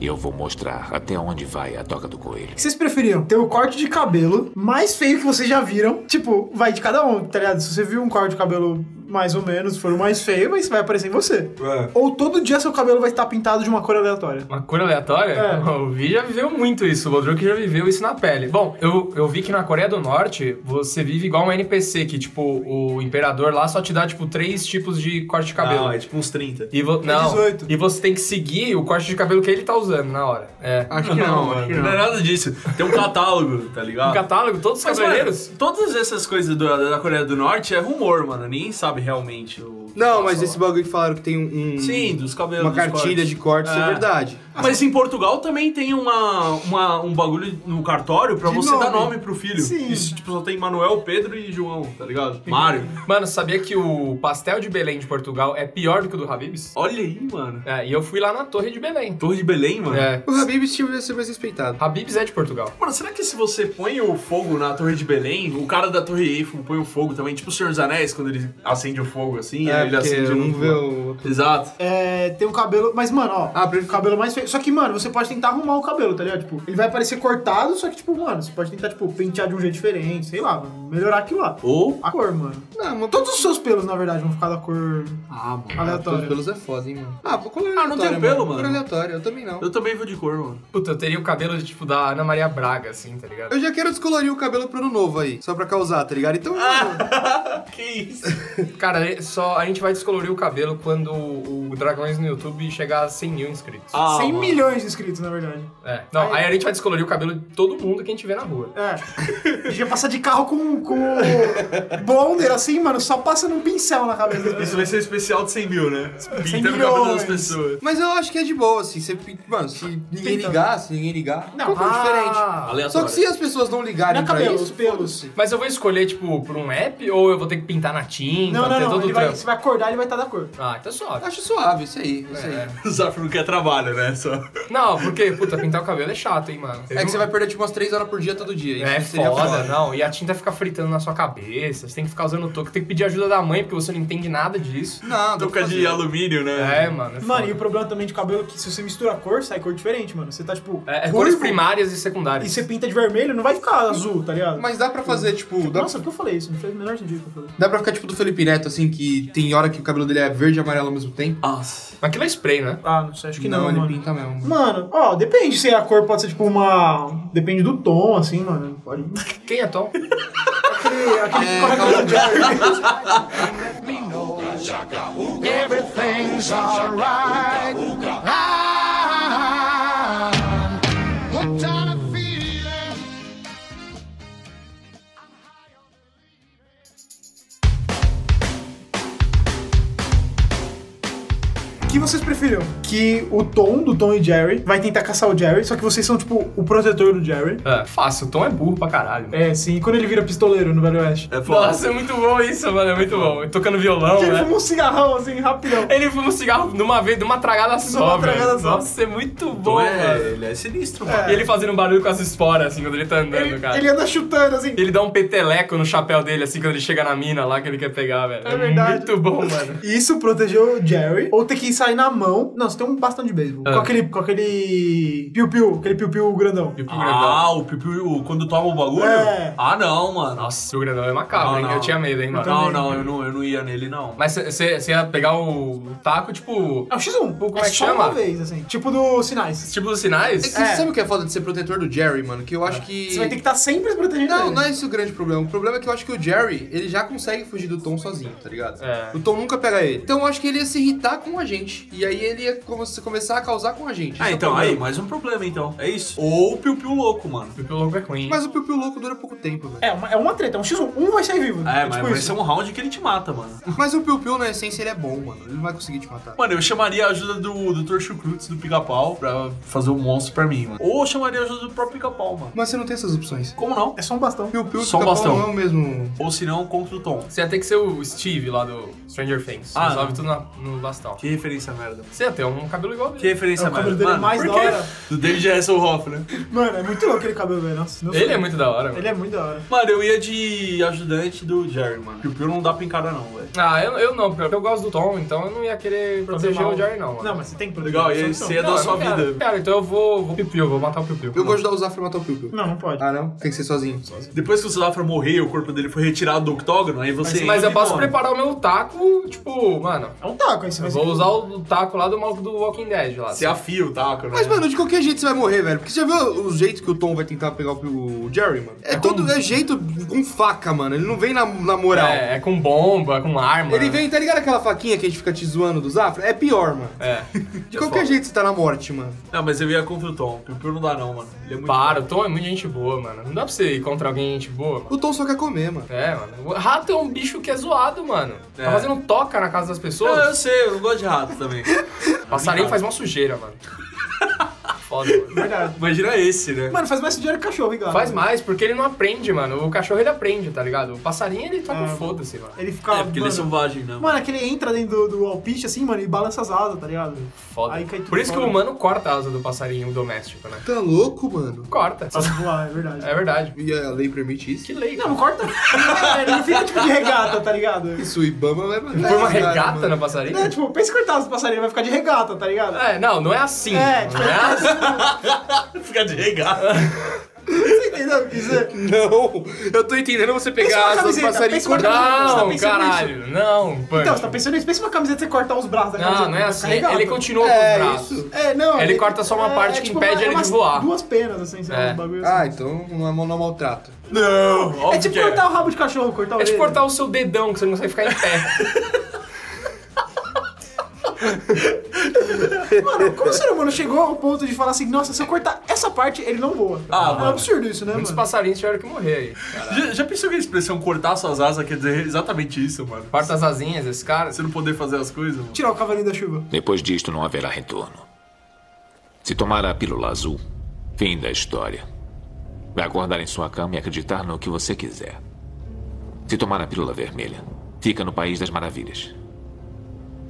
[SPEAKER 5] E eu vou mostrar até onde vai a toca do coelho.
[SPEAKER 4] O que vocês preferiam? Ter o corte de cabelo mais feio que vocês já viram. Tipo, vai de cada um, tá ligado? Se você viu um corte de cabelo mais ou menos, for o mais feio, mas vai aparecer em você.
[SPEAKER 1] É.
[SPEAKER 4] Ou todo dia seu cabelo vai estar pintado de uma cor aleatória.
[SPEAKER 3] Uma cor aleatória?
[SPEAKER 4] É.
[SPEAKER 3] O Vi já viveu muito isso, o Bodruk já viveu isso na pele. Bom, eu, eu vi que na Coreia do Norte você vive igual um NPC, que tipo, o imperador lá só te dá tipo três tipos de corte de cabelo.
[SPEAKER 2] Não, é tipo uns 30.
[SPEAKER 3] E vo- não.
[SPEAKER 4] 18.
[SPEAKER 3] E você tem que seguir o corte de cabelo que ele tá usando na hora. É.
[SPEAKER 2] Acho que não, mano. Não é nada disso. Tem um catálogo, tá
[SPEAKER 3] O
[SPEAKER 2] ligado?
[SPEAKER 3] catálogo, todos os
[SPEAKER 2] Mas, mano,
[SPEAKER 3] cabeleireiros.
[SPEAKER 2] todas essas coisas do- da Coreia do Norte é rumor, mano. Ninguém sabe realmente o. que
[SPEAKER 1] Não,
[SPEAKER 2] passa
[SPEAKER 1] mas
[SPEAKER 2] lá.
[SPEAKER 1] esse bagulho que falaram que tem um. um-
[SPEAKER 2] Sim, dos cabelos.
[SPEAKER 1] Uma
[SPEAKER 2] dos
[SPEAKER 1] cartilha
[SPEAKER 2] cortes.
[SPEAKER 1] de cortes, é
[SPEAKER 2] É.
[SPEAKER 1] verdade.
[SPEAKER 2] Mas em Portugal também tem uma, uma- um bagulho no cartório pra
[SPEAKER 4] De
[SPEAKER 2] você dar
[SPEAKER 4] nome.
[SPEAKER 2] nome pro filho.
[SPEAKER 4] Sim.
[SPEAKER 2] Isso, tipo, só tem Manuel, Pedro e João, tá ligado? Mário.
[SPEAKER 3] Mano, sabia que o pastel de Belém de Portugal é pior do que o do Habib's?
[SPEAKER 2] Olha aí, mano.
[SPEAKER 3] É, e eu fui lá na Torre de Belém.
[SPEAKER 2] Torre de Belém, mano.
[SPEAKER 3] É.
[SPEAKER 1] O Habib devia ser mais respeitado.
[SPEAKER 3] Habib's é de Portugal.
[SPEAKER 2] Mano, será que se você põe o fogo na Torre de Belém, o cara da Torre Eiffel põe o fogo também, tipo o Senhor dos Anéis, quando ele acende o fogo assim, ele
[SPEAKER 1] porque
[SPEAKER 2] acende
[SPEAKER 1] um
[SPEAKER 2] no
[SPEAKER 1] vê o outro.
[SPEAKER 2] Exato.
[SPEAKER 4] É, tem o cabelo. Mas, mano, ó.
[SPEAKER 1] Ah, prefiro-
[SPEAKER 4] o cabelo mais feio. Só que, mano, você pode tentar arrumar o cabelo, tá ligado? Tipo, ele vai parecer cortado, só que, tipo, mano, você pode tentar, tipo, pentear de um jeito diferente, sei lá, mano, melhorar aquilo lá.
[SPEAKER 2] Ou.
[SPEAKER 4] A cor, mano.
[SPEAKER 1] Não, mas
[SPEAKER 4] Todos os seus pelos, na verdade, vão ficar da cor
[SPEAKER 2] Ah, mano.
[SPEAKER 1] Todos os
[SPEAKER 4] aleatória.
[SPEAKER 1] pelos é foda, hein, mano. Ah, vou colocar
[SPEAKER 2] Ah, não tenho pelo, mano.
[SPEAKER 1] aleatório, eu também não.
[SPEAKER 2] Eu também vou de cor, mano.
[SPEAKER 3] Puta, eu teria o cabelo, tipo, da Ana Maria Braga, assim, tá ligado?
[SPEAKER 1] Eu já quero descolorir o cabelo pro ano novo aí, só pra causar, tá ligado? Então.
[SPEAKER 2] Que isso?
[SPEAKER 3] Cara, é só a gente vai descolorir o cabelo quando o o Dragões no YouTube chegar a 100 mil inscritos.
[SPEAKER 4] 100 milhões de inscritos, na verdade.
[SPEAKER 3] É. Não, aí a gente vai descolorir o cabelo de todo mundo que a gente vê na rua.
[SPEAKER 4] É. A gente ia passar de carro com, com blonder, assim, mano, só passando um pincel na cabeça das pessoas.
[SPEAKER 2] Isso vai ser um especial de 100 mil, né? Pintando o cabelo
[SPEAKER 4] milhões.
[SPEAKER 2] das pessoas.
[SPEAKER 1] Mas eu acho que é de boa, assim. Você, mano, se ninguém
[SPEAKER 4] Tenta.
[SPEAKER 1] ligar, se ninguém ligar.
[SPEAKER 4] Não,
[SPEAKER 1] é diferente.
[SPEAKER 3] Ah,
[SPEAKER 1] Só que
[SPEAKER 2] Aleatório.
[SPEAKER 1] se as pessoas não ligarem
[SPEAKER 4] Não é
[SPEAKER 1] pra
[SPEAKER 4] cabelo,
[SPEAKER 1] isso,
[SPEAKER 4] os pelos.
[SPEAKER 1] foda-se.
[SPEAKER 3] Mas eu vou escolher, tipo, por um app ou eu vou ter que pintar na tinta,
[SPEAKER 4] Não, não,
[SPEAKER 3] ter
[SPEAKER 4] não.
[SPEAKER 3] Então todo
[SPEAKER 4] Ele
[SPEAKER 3] o
[SPEAKER 4] vai,
[SPEAKER 3] trampo?
[SPEAKER 4] você vai acordar, ele vai estar da cor.
[SPEAKER 3] Ah, então só.
[SPEAKER 1] Acho suave, isso aí, isso aí.
[SPEAKER 2] O Zafro não quer trabalho, né? Só.
[SPEAKER 3] Não, porque, puta, pintar o cabelo é chato, hein, mano.
[SPEAKER 1] É que você vai perder tipo umas 3 horas por dia todo dia. Isso
[SPEAKER 3] É
[SPEAKER 1] seria
[SPEAKER 3] foda, não. E a tinta fica fritando na sua cabeça, você tem que ficar usando o toque, tem que pedir ajuda da mãe, porque você não entende nada disso.
[SPEAKER 1] Não, dá pra
[SPEAKER 2] Toca de
[SPEAKER 1] fazer.
[SPEAKER 2] alumínio, né?
[SPEAKER 3] É, mano. É
[SPEAKER 4] Mano,
[SPEAKER 3] foda.
[SPEAKER 4] e o problema também de cabelo é que se você mistura a cor, sai cor diferente, mano. Você tá, tipo,
[SPEAKER 3] É, é
[SPEAKER 4] ruivo
[SPEAKER 3] cores primárias e
[SPEAKER 4] e
[SPEAKER 3] secundárias.
[SPEAKER 4] você pinta de vermelho, não vai ficar azul, tá ligado?
[SPEAKER 1] Mas dá pra fazer, tipo. Dá,
[SPEAKER 4] Nossa, por que eu falei isso? Não fez o menor sentido que eu falei.
[SPEAKER 1] dá pra ficar tipo do Felipe Neto, assim, que tem hora que o cabelo dele é verde e amarelo ao mesmo tempo.
[SPEAKER 2] Nossa.
[SPEAKER 3] Aquilo é spray, né?
[SPEAKER 4] Ah, não sei, acho que não,
[SPEAKER 1] ele
[SPEAKER 4] mano.
[SPEAKER 1] pinta mesmo.
[SPEAKER 4] Mano, ó, depende se a cor pode ser tipo uma. Depende do tom, assim, mano. Pode.
[SPEAKER 3] Quem é Tom?
[SPEAKER 4] Aquele, aquele que corre a
[SPEAKER 1] calma.
[SPEAKER 4] cabelo de ar.
[SPEAKER 7] Everything's alright. Ah, I'm hooked on a feeling.
[SPEAKER 4] O que vocês preferiam? Que o Tom do Tom e Jerry vai tentar caçar o Jerry, só que vocês são, tipo, o protetor do Jerry.
[SPEAKER 3] É, fácil, o Tom é burro pra caralho.
[SPEAKER 4] É, sim, e quando ele vira pistoleiro no Velho Oeste.
[SPEAKER 2] É foda.
[SPEAKER 3] Nossa, é muito bom isso, mano, é muito bom. Eu Tocando violão,
[SPEAKER 4] Que ele
[SPEAKER 3] né?
[SPEAKER 4] fuma um cigarrão, assim, rapidão.
[SPEAKER 3] Ele fuma um cigarro de uma vez, de uma tragada só,
[SPEAKER 4] uma tragada
[SPEAKER 3] velho.
[SPEAKER 4] só.
[SPEAKER 3] Nossa, é muito
[SPEAKER 2] Então
[SPEAKER 3] bom,
[SPEAKER 2] é,
[SPEAKER 3] mano.
[SPEAKER 2] ele é sinistro, mano.
[SPEAKER 3] E ele fazendo um barulho com as esporas, assim, quando ele tá andando,
[SPEAKER 4] Ele,
[SPEAKER 3] cara.
[SPEAKER 4] ele anda chutando, assim.
[SPEAKER 3] Ele dá um peteleco no chapéu dele, assim, quando ele chega na mina lá que ele quer pegar, velho.
[SPEAKER 4] É verdade.
[SPEAKER 3] Muito bom, mano.
[SPEAKER 4] Isso protegeu o Jerry. Ou ter que sair na mão. Não, você tem um bastão de beisebol.
[SPEAKER 3] Ah.
[SPEAKER 4] Com aquele. Com aquele. Piu-piu, aquele piu-piu grandão.
[SPEAKER 3] E o Pio Grandão.
[SPEAKER 2] Ah, o pipiu, quando toma o bagulho?
[SPEAKER 4] É.
[SPEAKER 2] Ah, não, mano.
[SPEAKER 3] Nossa, o Pio Grandão é macabro,
[SPEAKER 2] Não,
[SPEAKER 3] hein?
[SPEAKER 2] Ah, não.
[SPEAKER 3] Eu tinha medo, hein, mano.
[SPEAKER 2] não,
[SPEAKER 4] Então-
[SPEAKER 2] não, eu não, eu não ia nele, não.
[SPEAKER 3] Mas você ia pegar o taco, tipo.
[SPEAKER 4] É o X1.
[SPEAKER 3] Como
[SPEAKER 4] é
[SPEAKER 3] é que
[SPEAKER 4] só
[SPEAKER 3] chama?
[SPEAKER 4] uma vez, assim. Tipo do sinais.
[SPEAKER 3] Tipo dos
[SPEAKER 1] É que
[SPEAKER 3] sinais?
[SPEAKER 1] Você
[SPEAKER 4] É. Ah.
[SPEAKER 1] sabe o que é foda de ser protetor do Jerry, mano? Que eu acho que.
[SPEAKER 4] Você vai ter que estar sempre protegendo
[SPEAKER 1] Não,
[SPEAKER 4] ele.
[SPEAKER 1] não é esse o grande problema. O problema é que eu acho que o Jerry, ele já consegue fugir do Tom sozinho, tá ligado?
[SPEAKER 3] É.
[SPEAKER 1] O Tom nunca pega ele. Então eu acho que ele ia se irritar com a gente, gente, e aí ele ia como se começar a causar com a gente.
[SPEAKER 2] Ah,
[SPEAKER 1] Esse é o
[SPEAKER 2] então,
[SPEAKER 1] problema.
[SPEAKER 2] aí, mais um problema, então. É isso. Ou o Piu Piu Louco, mano.
[SPEAKER 3] Piu Piu Louco é Queen.
[SPEAKER 1] Mas o Piu Piu Louco dura pouco tempo, velho.
[SPEAKER 4] É uma, é uma treta, é um X1. Um vai sair vivo.
[SPEAKER 2] É,
[SPEAKER 4] tipo
[SPEAKER 2] mas vai
[SPEAKER 4] isso.
[SPEAKER 2] ser um round que ele te mata, mano.
[SPEAKER 1] Mas o Piu Piu, na essência, ele é bom, mano. Ele não vai conseguir te matar.
[SPEAKER 2] Mano, eu chamaria a ajuda do Dr. Chucrutes do Pica-Pau pra fazer o monstro pra mim, mano. Ou eu chamaria a ajuda do próprio Pica-Pau, mano.
[SPEAKER 1] Mas você não tem essas opções.
[SPEAKER 2] Como não?
[SPEAKER 4] É só um bastão.
[SPEAKER 1] Piu Piu e
[SPEAKER 2] Só um
[SPEAKER 1] Pica-Pau
[SPEAKER 2] bastão.
[SPEAKER 1] não é o mesmo.
[SPEAKER 2] Ou se não, contra o Tom.
[SPEAKER 3] Você ia ter que ser o Steve lá do Stranger Things.
[SPEAKER 2] Ah,
[SPEAKER 3] Resolve
[SPEAKER 2] não.
[SPEAKER 3] tudo na- no bastão.
[SPEAKER 2] Que referência merda.
[SPEAKER 3] Você ia ter um cabelo igual dele.
[SPEAKER 2] Que referência
[SPEAKER 4] É o
[SPEAKER 2] merda.
[SPEAKER 4] cabelo dele
[SPEAKER 2] mano,
[SPEAKER 4] mais
[SPEAKER 2] por
[SPEAKER 4] da
[SPEAKER 2] quê?
[SPEAKER 4] hora.
[SPEAKER 2] Do David Hasselhoff, né?
[SPEAKER 4] Mano, é muito louco aquele cabelo, velho. Nossa, meu
[SPEAKER 3] Ele é
[SPEAKER 4] sonho.
[SPEAKER 3] muito da hora, mano.
[SPEAKER 4] Ele é muito da hora.
[SPEAKER 2] Mano, eu ia de ajudante do Jerry, mano. Piu Piu não dá pra encarar, não, velho.
[SPEAKER 3] Ah, eu, eu não, porque eu gosto do Tom, então eu não ia querer proteger
[SPEAKER 4] mal.
[SPEAKER 3] o Jerry, não, mano.
[SPEAKER 4] Não, mas você tem que proteger.
[SPEAKER 2] Legal, e
[SPEAKER 4] só
[SPEAKER 2] aí
[SPEAKER 4] que não.
[SPEAKER 2] você ia dar
[SPEAKER 3] eu
[SPEAKER 2] sua
[SPEAKER 3] quero.
[SPEAKER 2] vida.
[SPEAKER 3] Cara, então eu vou, vou piu-piu, eu vou matar o piu-piu.
[SPEAKER 1] Eu vou ajudar o Zafra a matar o Piu Piu.
[SPEAKER 4] Não, não pode.
[SPEAKER 1] Ah, não? Tem que ser sozinho.
[SPEAKER 2] Depois que o Zafra morreu e o corpo dele foi retirado do octógono, aí você.
[SPEAKER 3] Mas, mas eu
[SPEAKER 2] entra e
[SPEAKER 3] posso
[SPEAKER 2] morre.
[SPEAKER 3] preparar o meu taco, tipo, mano,
[SPEAKER 4] É um taco, aí você
[SPEAKER 3] eu
[SPEAKER 4] vai
[SPEAKER 3] vou
[SPEAKER 4] ser-
[SPEAKER 3] usar o taco lá do maluco do Walking Dead lá.
[SPEAKER 2] Você afia o taco, né?
[SPEAKER 1] Mas, mano, de qualquer jeito você vai morrer, velho. Porque você já viu o jeito que o Tom vai tentar pegar o Piu- o Jerry, mano? É, todo é jeito com faca, mano. Ele não vem na, na moral.
[SPEAKER 3] É, é com bomba, é com arma.
[SPEAKER 1] Ele vem, tá ligado aquela faquinha que a gente fica te zoando do Zafra? É pior, mano.
[SPEAKER 3] É.
[SPEAKER 1] De qualquer jeito você tá na morte, mano.
[SPEAKER 2] Não, mas eu ia contra o Tom. Piu Piu não dá, não, mano. Ele é muito.
[SPEAKER 3] Para, o Tom é muito gente boa, mano. Não dá pra você ir contra alguém gente boa, mano.
[SPEAKER 1] O Tom só quer comer, mano.
[SPEAKER 3] É, mano. O rato é um bicho que é zoado, mano.
[SPEAKER 2] É.
[SPEAKER 3] Tá fazendo toca na casa
[SPEAKER 2] Não,
[SPEAKER 3] das
[SPEAKER 2] eu
[SPEAKER 3] pessoas.
[SPEAKER 2] sei, eu gosto de rato <laughs> também.
[SPEAKER 3] Passarinho faz uma sujeira,
[SPEAKER 2] <laughs>
[SPEAKER 3] mano. Foda, mano.
[SPEAKER 4] Verdade.
[SPEAKER 2] Imagina esse, né?
[SPEAKER 4] Mano, faz mais dinheiro que cachorro, hein, galera?
[SPEAKER 3] Faz mais, porque ele não aprende, mano. O cachorro ele aprende, tá ligado? O passarinho ele tá com
[SPEAKER 2] Ah.
[SPEAKER 3] foda-se, mano.
[SPEAKER 4] Ele fica.
[SPEAKER 2] É, porque ele é
[SPEAKER 4] mano,
[SPEAKER 2] selvagem, né?
[SPEAKER 4] Mano, é que ele entra dentro do, do alpiste assim, mano, e balança as asas, tá ligado?
[SPEAKER 3] Foda.
[SPEAKER 4] Aí cai tudo
[SPEAKER 3] Por isso que
[SPEAKER 4] fora.
[SPEAKER 3] o humano corta a asa do passarinho doméstico, né?
[SPEAKER 1] Tá louco, mano?
[SPEAKER 3] Corta.
[SPEAKER 4] Pra voar, é verdade.
[SPEAKER 3] É verdade.
[SPEAKER 1] E a lei permite isso?
[SPEAKER 3] Que lei.
[SPEAKER 4] Não,
[SPEAKER 3] Não,
[SPEAKER 4] corta. <laughs> É, ele não fica tipo de regata, tá ligado?
[SPEAKER 1] Isso, o Ibama vai matar.
[SPEAKER 3] Põe uma
[SPEAKER 1] esse cara,
[SPEAKER 3] regata
[SPEAKER 1] mano.
[SPEAKER 3] no passarinho?
[SPEAKER 4] É, tipo, pensa em cortar as passarinhas, vai ficar de regata, tá ligado?
[SPEAKER 3] É, não, não é assim.
[SPEAKER 4] É, tipo,
[SPEAKER 3] não é
[SPEAKER 4] <laughs>
[SPEAKER 3] assim.
[SPEAKER 2] Fica de regata.
[SPEAKER 4] Você entendeu o que dizer?
[SPEAKER 1] Não,
[SPEAKER 3] assim.
[SPEAKER 1] eu tô entendendo você
[SPEAKER 4] Pensa
[SPEAKER 1] pegar
[SPEAKER 4] na
[SPEAKER 1] a asa do
[SPEAKER 4] camiseta,
[SPEAKER 1] passarinho e
[SPEAKER 4] pensa na
[SPEAKER 1] cortar.
[SPEAKER 4] Você tá
[SPEAKER 3] Não,
[SPEAKER 4] pensando
[SPEAKER 3] caralho, não, punk.
[SPEAKER 4] Então, você tá pensando nisso? Pensa uma camiseta você cortar os braços da
[SPEAKER 3] Não,
[SPEAKER 4] camiseta,
[SPEAKER 3] não é
[SPEAKER 4] vai
[SPEAKER 3] assim.
[SPEAKER 4] ficar regata.
[SPEAKER 3] Ele continua com os
[SPEAKER 1] É,
[SPEAKER 3] braços.
[SPEAKER 1] isso.
[SPEAKER 4] É, não.
[SPEAKER 3] Ele corta só uma parte que impede ele de
[SPEAKER 4] é umas
[SPEAKER 3] voar.
[SPEAKER 4] Duas penas, assim, sei lá,
[SPEAKER 3] É.
[SPEAKER 4] um bagulho assim.
[SPEAKER 1] Ah, então não não maltrata.
[SPEAKER 2] <laughs> Não, óbvio
[SPEAKER 4] é tipo
[SPEAKER 2] que
[SPEAKER 4] cortar o rabo de cachorro, cortar o
[SPEAKER 3] É de
[SPEAKER 4] orelha.
[SPEAKER 3] cortar o seu dedão, que você não consegue ficar em pé.
[SPEAKER 4] Mano, como o ser humano chegou ao ponto de falar assim, nossa, se eu cortar essa parte, ele não voa?
[SPEAKER 2] Ah,
[SPEAKER 4] é
[SPEAKER 2] mano.
[SPEAKER 4] absurdo isso, né,
[SPEAKER 3] Muitos
[SPEAKER 4] mano?
[SPEAKER 3] passarinhos tiveram que morrer aí.
[SPEAKER 2] Já, já pensou que a expressão cortar suas asas quer dizer exatamente isso, mano?
[SPEAKER 3] Corta as asinhas desse cara.
[SPEAKER 2] Você não poder fazer as coisas, mano?
[SPEAKER 4] Tirar o cavalinho da chuva.
[SPEAKER 5] Depois disto não haverá retorno. Se tomar a pílula azul, fim da história. Vai acordar em sua cama e acreditar no que você quiser. Se tomar a pílula vermelha, fica no País das Maravilhas.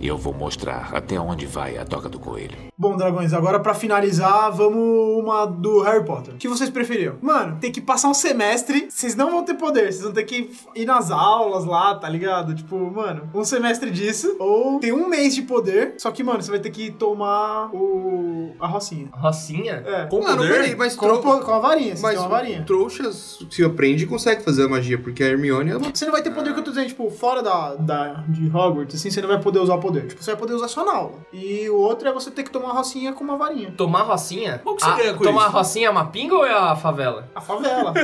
[SPEAKER 5] E eu vou mostrar até onde vai a toca do coelho.
[SPEAKER 4] Bom, dragões, agora pra finalizar, vamos uma do Harry Potter. O que vocês preferiam? Mano, tem que passar um semestre, vocês não vão ter poder, vocês vão ter que ir nas aulas lá, tá ligado? Tipo, mano, um semestre disso, ou tem um mês de poder, só que, mano, você vai ter que tomar o... a rocinha.
[SPEAKER 3] Rocinha?
[SPEAKER 4] É.
[SPEAKER 2] Com
[SPEAKER 1] Mano,
[SPEAKER 2] poder?
[SPEAKER 1] peraí, mas,
[SPEAKER 4] Com,
[SPEAKER 1] trou...
[SPEAKER 4] po- com a varinha, vocês
[SPEAKER 1] mas
[SPEAKER 4] têm uma varinha.
[SPEAKER 1] trouxas se aprende e consegue fazer a magia, porque a Hermione... Ela...
[SPEAKER 4] Você não vai ter poder que eu tô dizendo, tipo, fora da, da, de Hogwarts, assim, você não vai poder usar o poder. Tipo, você vai poder usar só na aula. E o outro é você ter que tomar a rocinha com uma varinha.
[SPEAKER 3] Tomar rocinha?
[SPEAKER 2] O que você
[SPEAKER 3] Ah,
[SPEAKER 2] ganha com
[SPEAKER 3] Tomar
[SPEAKER 2] isso?
[SPEAKER 3] rocinha é uma pinga ou é a favela?
[SPEAKER 4] A favela.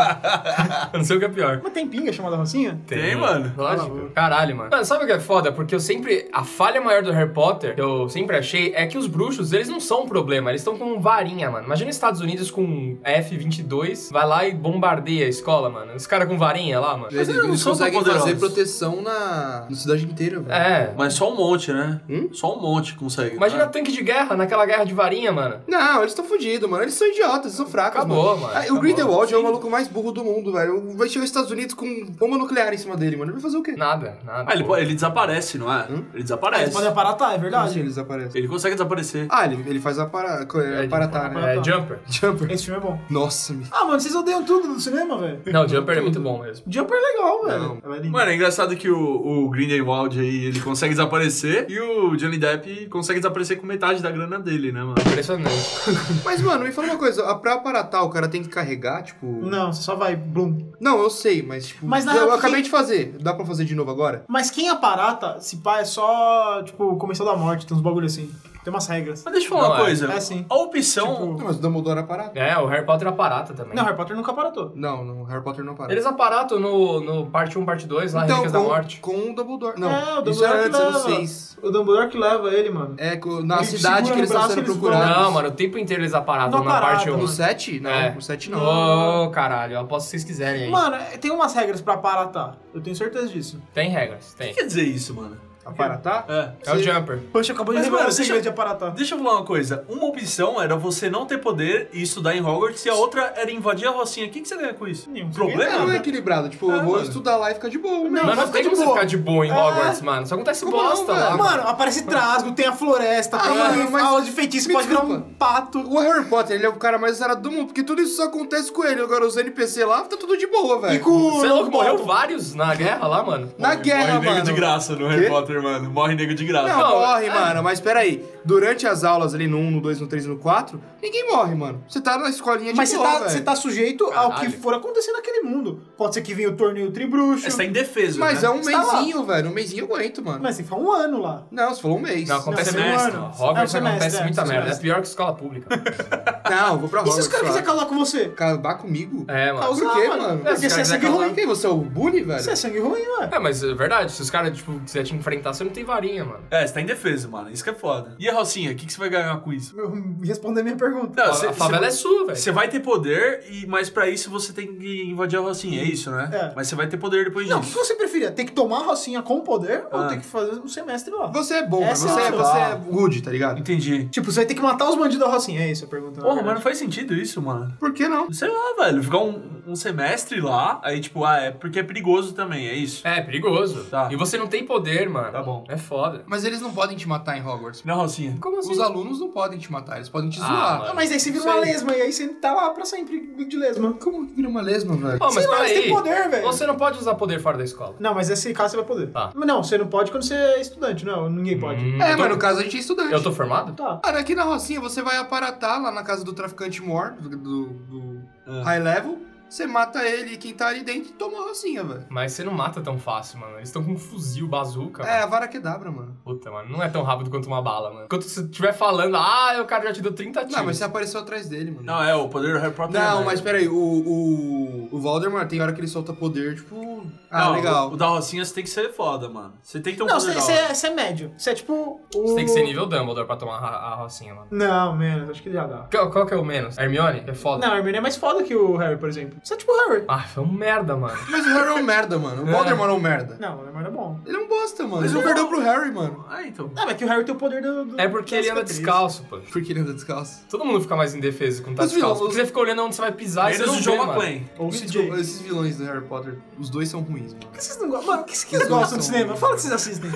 [SPEAKER 3] Ah, tá. não sei o que é pior.
[SPEAKER 4] <laughs> Mas tem pinga chamada rocinha?
[SPEAKER 2] Tem, mano.
[SPEAKER 3] Lógico. Caralho, mano. Mano, sabe o que é foda? Porque eu sempre. A falha maior do Harry Potter, que eu sempre achei, é que os bruxos, eles não são um problema. Eles estão com varinha, mano. Imagina os Estados Unidos com F-22, vai lá e bombardeia a escola, mano. Os caras com varinha lá, mano.
[SPEAKER 2] Mas eles não
[SPEAKER 1] Eles
[SPEAKER 2] são tão
[SPEAKER 1] conseguem fazer
[SPEAKER 2] poderosos.
[SPEAKER 1] proteção na, na cidade inteira, velho.
[SPEAKER 3] É.
[SPEAKER 2] Mas só um monte, né?
[SPEAKER 1] Hum?
[SPEAKER 2] Só um monte consegue.
[SPEAKER 3] Imagina
[SPEAKER 2] né?
[SPEAKER 3] tanque de guerra naquela guerra de varinha, mano.
[SPEAKER 1] Não, eles estão fodidos, mano. Eles são idiotas, eles são fracos.
[SPEAKER 3] Acabou,
[SPEAKER 1] mano.
[SPEAKER 3] mano,
[SPEAKER 1] Ah,
[SPEAKER 3] acabou.
[SPEAKER 1] O Grindelwald é o maluco mais burro do mundo, velho. Vai chegar nos Estados Unidos com bomba nuclear em cima dele, mano. Ele vai fazer o quê?
[SPEAKER 3] Nada, nada.
[SPEAKER 2] Ah, ele,
[SPEAKER 3] pô.
[SPEAKER 2] po- ele desaparece, não é?
[SPEAKER 1] Hum?
[SPEAKER 2] Ele
[SPEAKER 4] É,
[SPEAKER 2] desaparece.
[SPEAKER 4] pode aparatar, é
[SPEAKER 1] Como assim
[SPEAKER 4] verdade.
[SPEAKER 1] eles aparecem?
[SPEAKER 2] Ele consegue desaparecer.
[SPEAKER 1] Ah, ele, ele faz a para...
[SPEAKER 3] É,
[SPEAKER 1] aparatar, né?
[SPEAKER 3] É, Jumper.
[SPEAKER 1] <laughs> Jumper.
[SPEAKER 4] Esse filme é bom.
[SPEAKER 1] Nossa, me...
[SPEAKER 4] Ah, mano, vocês odeiam tudo no cinema, velho?
[SPEAKER 3] Não, Jumper é muito bom mesmo.
[SPEAKER 4] Jumper é legal,
[SPEAKER 1] Não.
[SPEAKER 4] velho. Ela é linda.
[SPEAKER 2] Mano, é engraçado que o, o Grindelwald aí, ele consegue desaparecer e o Johnny Depp consegue desaparecer com metade da grana dele, né, mano?
[SPEAKER 3] Impressionante.
[SPEAKER 1] Mas, mano, me fala uma coisa. a- Pra aparatar, o cara tem que carregar, tipo...
[SPEAKER 4] Não, você só vai, blum.
[SPEAKER 1] Não, eu sei, mas, tipo...
[SPEAKER 4] Mas na
[SPEAKER 1] eu
[SPEAKER 4] real,
[SPEAKER 1] acabei
[SPEAKER 4] quem-
[SPEAKER 1] de fazer. Dá pra fazer de novo agora?
[SPEAKER 4] Mas quem aparata, se pá, é só, tipo, comercial da morte, tem uns bagulho assim. Tem umas regras.
[SPEAKER 2] Mas deixa eu falar
[SPEAKER 3] Não,
[SPEAKER 2] uma
[SPEAKER 3] é.
[SPEAKER 2] coisa.
[SPEAKER 4] É assim.
[SPEAKER 2] A opção...
[SPEAKER 4] Tipo,
[SPEAKER 1] Não, mas o Dumbledore aparata.
[SPEAKER 3] É, o Harry Potter aparata também.
[SPEAKER 4] Não, Harry Potter nunca aparatou.
[SPEAKER 1] Não, não, Harry Potter não aparata.
[SPEAKER 3] Eles aparatam no, no parte 1, parte 2, lá, Relíquias da
[SPEAKER 1] Então, com,
[SPEAKER 3] Morte.
[SPEAKER 1] com o Dumbledore. Não,
[SPEAKER 4] É, o
[SPEAKER 1] isso
[SPEAKER 4] Dumbledore
[SPEAKER 1] é
[SPEAKER 4] que
[SPEAKER 1] antes, é
[SPEAKER 4] leva,
[SPEAKER 1] no seis.
[SPEAKER 4] O Dumbledore que leva ele, mano.
[SPEAKER 1] É, co- na
[SPEAKER 4] Ele segura
[SPEAKER 1] cidade que
[SPEAKER 4] no
[SPEAKER 1] eles estão
[SPEAKER 4] braço,
[SPEAKER 1] sendo
[SPEAKER 4] eles vão-
[SPEAKER 1] procurados.
[SPEAKER 4] Não,
[SPEAKER 3] Não, mano, o tempo inteiro eles aparatam
[SPEAKER 4] Não
[SPEAKER 3] na
[SPEAKER 4] aparatam,
[SPEAKER 3] parte 1.
[SPEAKER 1] No 7? Não,
[SPEAKER 3] É.
[SPEAKER 1] no 7 não.
[SPEAKER 3] Ô, caralho, eu aposto que vocês quiserem aí.
[SPEAKER 4] Mano, é- tem umas regras pra aparatar. Eu tenho certeza disso.
[SPEAKER 3] Tem regras,
[SPEAKER 2] O
[SPEAKER 3] tem.
[SPEAKER 2] que quer dizer isso, mano?
[SPEAKER 1] Aparatar?
[SPEAKER 2] É.
[SPEAKER 3] É o
[SPEAKER 1] Sim.
[SPEAKER 3] Jumper.
[SPEAKER 4] Poxa, acabou de
[SPEAKER 2] Mas,
[SPEAKER 4] revelar o
[SPEAKER 2] mano, deixa-
[SPEAKER 4] segredo de aparatar.
[SPEAKER 2] Deixa eu falar uma coisa. Uma opção era você não ter poder e estudar em Hogwarts, e a outra era invadir a Rocinha. O que, que você ganha com isso?
[SPEAKER 4] Nenhum.
[SPEAKER 1] É,
[SPEAKER 2] Problema? né?
[SPEAKER 1] não é equilibrado. Tipo, eu vou estudar lá e ficar de boa. Não,
[SPEAKER 3] Mas não
[SPEAKER 1] fica
[SPEAKER 3] tem
[SPEAKER 1] de
[SPEAKER 3] como você
[SPEAKER 1] boa.
[SPEAKER 3] ficar de boa em Hogwarts, mano. Só acontece
[SPEAKER 1] Como não,
[SPEAKER 3] bosta lá.
[SPEAKER 1] velho?
[SPEAKER 4] Mano, aparece trasgo, tem a floresta, tem
[SPEAKER 1] mano, mas-
[SPEAKER 4] aula de feitiço,
[SPEAKER 1] me
[SPEAKER 4] pode virar um
[SPEAKER 1] desculpa.
[SPEAKER 4] pato.
[SPEAKER 1] O Harry Potter, ele é o cara mais zerado do mundo, porque tudo isso só acontece com ele. Agora, os NPC lá, tá tudo de boa, velho.
[SPEAKER 4] E com o
[SPEAKER 3] Você é louco, morreu
[SPEAKER 4] Lobo.
[SPEAKER 3] vários na guerra lá, mano.
[SPEAKER 1] Na guerra,
[SPEAKER 2] Morre
[SPEAKER 1] mano.
[SPEAKER 2] nego de graça no Harry Potter, mano. Morre nego de graça.
[SPEAKER 1] Não,
[SPEAKER 3] Não,
[SPEAKER 1] morre,
[SPEAKER 3] é.
[SPEAKER 1] mano. Mas peraí. Durante as aulas ali no 1, no 2, no 3 e no 4, ninguém morre, mano. Você tá na escolinha de
[SPEAKER 4] Mas você
[SPEAKER 1] boa,
[SPEAKER 4] tá,
[SPEAKER 1] velho.
[SPEAKER 4] você tá sujeito ao que
[SPEAKER 3] Caralho.
[SPEAKER 4] for acontecer naquele mundo. Pode ser que venha o torneio tribruxo.
[SPEAKER 2] Você tá indefeso,
[SPEAKER 1] Mas
[SPEAKER 2] né?
[SPEAKER 1] é um
[SPEAKER 4] Você tá lá.
[SPEAKER 1] mêsinho, velho. Um mêsinho eu aguento, mano.
[SPEAKER 4] Mas você fica um ano lá.
[SPEAKER 1] Não, você falou um mês.
[SPEAKER 3] Não, acontece
[SPEAKER 4] Não,
[SPEAKER 3] muito.
[SPEAKER 4] semestre. É o
[SPEAKER 3] Hogwarts
[SPEAKER 4] semestre,
[SPEAKER 3] acontece
[SPEAKER 4] é,
[SPEAKER 3] muita merda. É
[SPEAKER 4] semestre.
[SPEAKER 3] pior que escola pública.
[SPEAKER 1] Não, eu vou pra
[SPEAKER 4] E se
[SPEAKER 1] Hogwarts.
[SPEAKER 4] os caras
[SPEAKER 1] lá.
[SPEAKER 4] quiserem calar com você?
[SPEAKER 1] Acabar comigo?
[SPEAKER 3] É, mano.
[SPEAKER 1] Por quê, mano?
[SPEAKER 4] Porque
[SPEAKER 1] Os
[SPEAKER 4] você é
[SPEAKER 3] caras
[SPEAKER 4] sangue
[SPEAKER 3] vão
[SPEAKER 4] ruim.
[SPEAKER 3] calar.
[SPEAKER 1] Quem? Você é o Bully, velho?
[SPEAKER 4] Você é sangue ruim, ué.
[SPEAKER 3] É, mas é verdade. Se os caras, tipo, quiser te enfrentar, você não tem varinha, mano.
[SPEAKER 2] É, você tá indefeso, mano. Isso que é foda. E a Rocinha, o que, que você vai ganhar com isso?
[SPEAKER 4] Eu- Responder a minha pergunta.
[SPEAKER 2] Não,
[SPEAKER 3] A,
[SPEAKER 2] você-
[SPEAKER 3] a favela é sua, velho.
[SPEAKER 2] Você vai ter poder, e, mas pra isso você tem que invadir a Rocinha, é isso, né?
[SPEAKER 4] É.
[SPEAKER 2] Mas você vai ter poder depois
[SPEAKER 4] Não, o que
[SPEAKER 2] disso.
[SPEAKER 4] você preferia? Ter que tomar a rocinha com poder ou
[SPEAKER 2] Ah.
[SPEAKER 4] ter que fazer um semestre lá?
[SPEAKER 1] Você é bom,
[SPEAKER 4] Essa
[SPEAKER 1] mano. você,
[SPEAKER 4] é
[SPEAKER 1] é,
[SPEAKER 4] a
[SPEAKER 1] você
[SPEAKER 4] sua.
[SPEAKER 1] é good, tá ligado?
[SPEAKER 2] Entendi.
[SPEAKER 4] Tipo, você vai ter que matar os bandidos da rocinha. É isso a pergunta. na
[SPEAKER 2] Porra, mas
[SPEAKER 4] verdade.
[SPEAKER 2] não faz sentido isso, mano.
[SPEAKER 1] Por que não?
[SPEAKER 2] Sei lá, velho. Ficar um, um semestre lá, aí tipo, ah, é porque é perigoso também, é isso.
[SPEAKER 3] É, perigoso.
[SPEAKER 2] Tá.
[SPEAKER 3] E você não tem poder, mano.
[SPEAKER 2] Tá bom.
[SPEAKER 3] É foda.
[SPEAKER 1] Mas eles não podem te matar em Hogwarts.
[SPEAKER 2] Não, Rocinha.
[SPEAKER 3] Como assim?
[SPEAKER 1] Os alunos não podem te matar, eles podem te
[SPEAKER 3] Ah,
[SPEAKER 1] zoar.
[SPEAKER 3] mano.
[SPEAKER 4] Ah, mas aí você vira
[SPEAKER 3] Não
[SPEAKER 4] uma
[SPEAKER 3] sei.
[SPEAKER 4] lesma e aí você tá lá pra sempre de lesma.
[SPEAKER 1] Como que vira uma lesma, velho?
[SPEAKER 3] Ó, mas
[SPEAKER 4] Sei lá,
[SPEAKER 3] peraí.
[SPEAKER 4] você tem poder, velho.
[SPEAKER 3] Você não pode usar poder fora da escola.
[SPEAKER 4] Não, mas esse caso você vai poder.
[SPEAKER 3] Tá.
[SPEAKER 4] Mas Não, você não pode quando você é estudante, não. Ninguém pode.
[SPEAKER 3] Hum,
[SPEAKER 1] é,
[SPEAKER 3] eu tô-
[SPEAKER 1] mas no caso a gente é estudante.
[SPEAKER 3] Eu tô formado?
[SPEAKER 4] Tá.
[SPEAKER 1] Cara, aqui na Rocinha você vai aparatar lá na casa do traficante Moore, do, do- do
[SPEAKER 2] Ah.
[SPEAKER 1] High Level. Você mata ele e quem tá ali dentro toma a Rocinha, velho.
[SPEAKER 3] Mas você não mata tão fácil, mano. Eles estão com um fuzil, bazuca.
[SPEAKER 1] É,
[SPEAKER 3] mano.
[SPEAKER 1] a vara quedabra, mano.
[SPEAKER 3] Puta, mano, não é tão rápido quanto uma bala, mano. Enquanto você estiver falando, ah, o cara já te deu 30 tiros.
[SPEAKER 1] Não, mas você é apareceu atrás dele, mano.
[SPEAKER 2] Não, é, o poder do Harry Potter.
[SPEAKER 1] Não,
[SPEAKER 2] né?
[SPEAKER 1] mas peraí, o, o, o Voldemort tem hora que ele solta poder, tipo. Ah,
[SPEAKER 2] Não,
[SPEAKER 1] legal.
[SPEAKER 2] O, o da Rocinha você tem que ser foda, mano. Você tem que ter um
[SPEAKER 4] Não,
[SPEAKER 2] poder.
[SPEAKER 4] você,
[SPEAKER 2] da
[SPEAKER 4] você
[SPEAKER 2] hora.
[SPEAKER 4] é, você é médio. Você é tipo. O...
[SPEAKER 3] Você tem que ser nível Dumbledore pra tomar a, a rocinha, mano.
[SPEAKER 4] Não, menos. Acho que já dá.
[SPEAKER 3] Qual, qual que é o menos? Hermione? É foda.
[SPEAKER 4] Não, a Hermione é mais foda que o Harry, por exemplo. Você é tipo o Harry.
[SPEAKER 3] Ah, foi um merda, mano.
[SPEAKER 1] Mas o Harry é um merda, mano. O Voldemort é um merda.
[SPEAKER 4] Não, o Hermione é bom.
[SPEAKER 1] Ele é um bosta, mano.
[SPEAKER 2] Mas
[SPEAKER 1] Ele
[SPEAKER 2] o-
[SPEAKER 1] perdeu pro Harry, mano.
[SPEAKER 2] Ah, então.
[SPEAKER 4] Não, mas que o Harry tem o poder do. do-
[SPEAKER 3] É porque
[SPEAKER 4] da
[SPEAKER 3] ele anda
[SPEAKER 4] cicatriz.
[SPEAKER 3] descalço, pô.
[SPEAKER 1] Por que ele anda descalço?
[SPEAKER 3] Todo mundo fica mais indefeso quando tá
[SPEAKER 1] Os vilões-
[SPEAKER 3] descalço. Porque você fica olhando onde você vai pisar e você
[SPEAKER 2] Menos
[SPEAKER 3] não
[SPEAKER 2] o
[SPEAKER 3] vê,
[SPEAKER 2] John
[SPEAKER 3] mano.
[SPEAKER 2] McClane.
[SPEAKER 4] Ou o
[SPEAKER 1] Me
[SPEAKER 4] CJ.
[SPEAKER 1] desculpa, tipo, esses vilões do Harry Potter, os dois são ruins, mano.
[SPEAKER 4] Por que vocês não gostam? Mano, o que que
[SPEAKER 1] Os
[SPEAKER 4] vocês
[SPEAKER 1] dois
[SPEAKER 4] gostam de
[SPEAKER 1] são-
[SPEAKER 4] cinema? Fala que vocês assistem.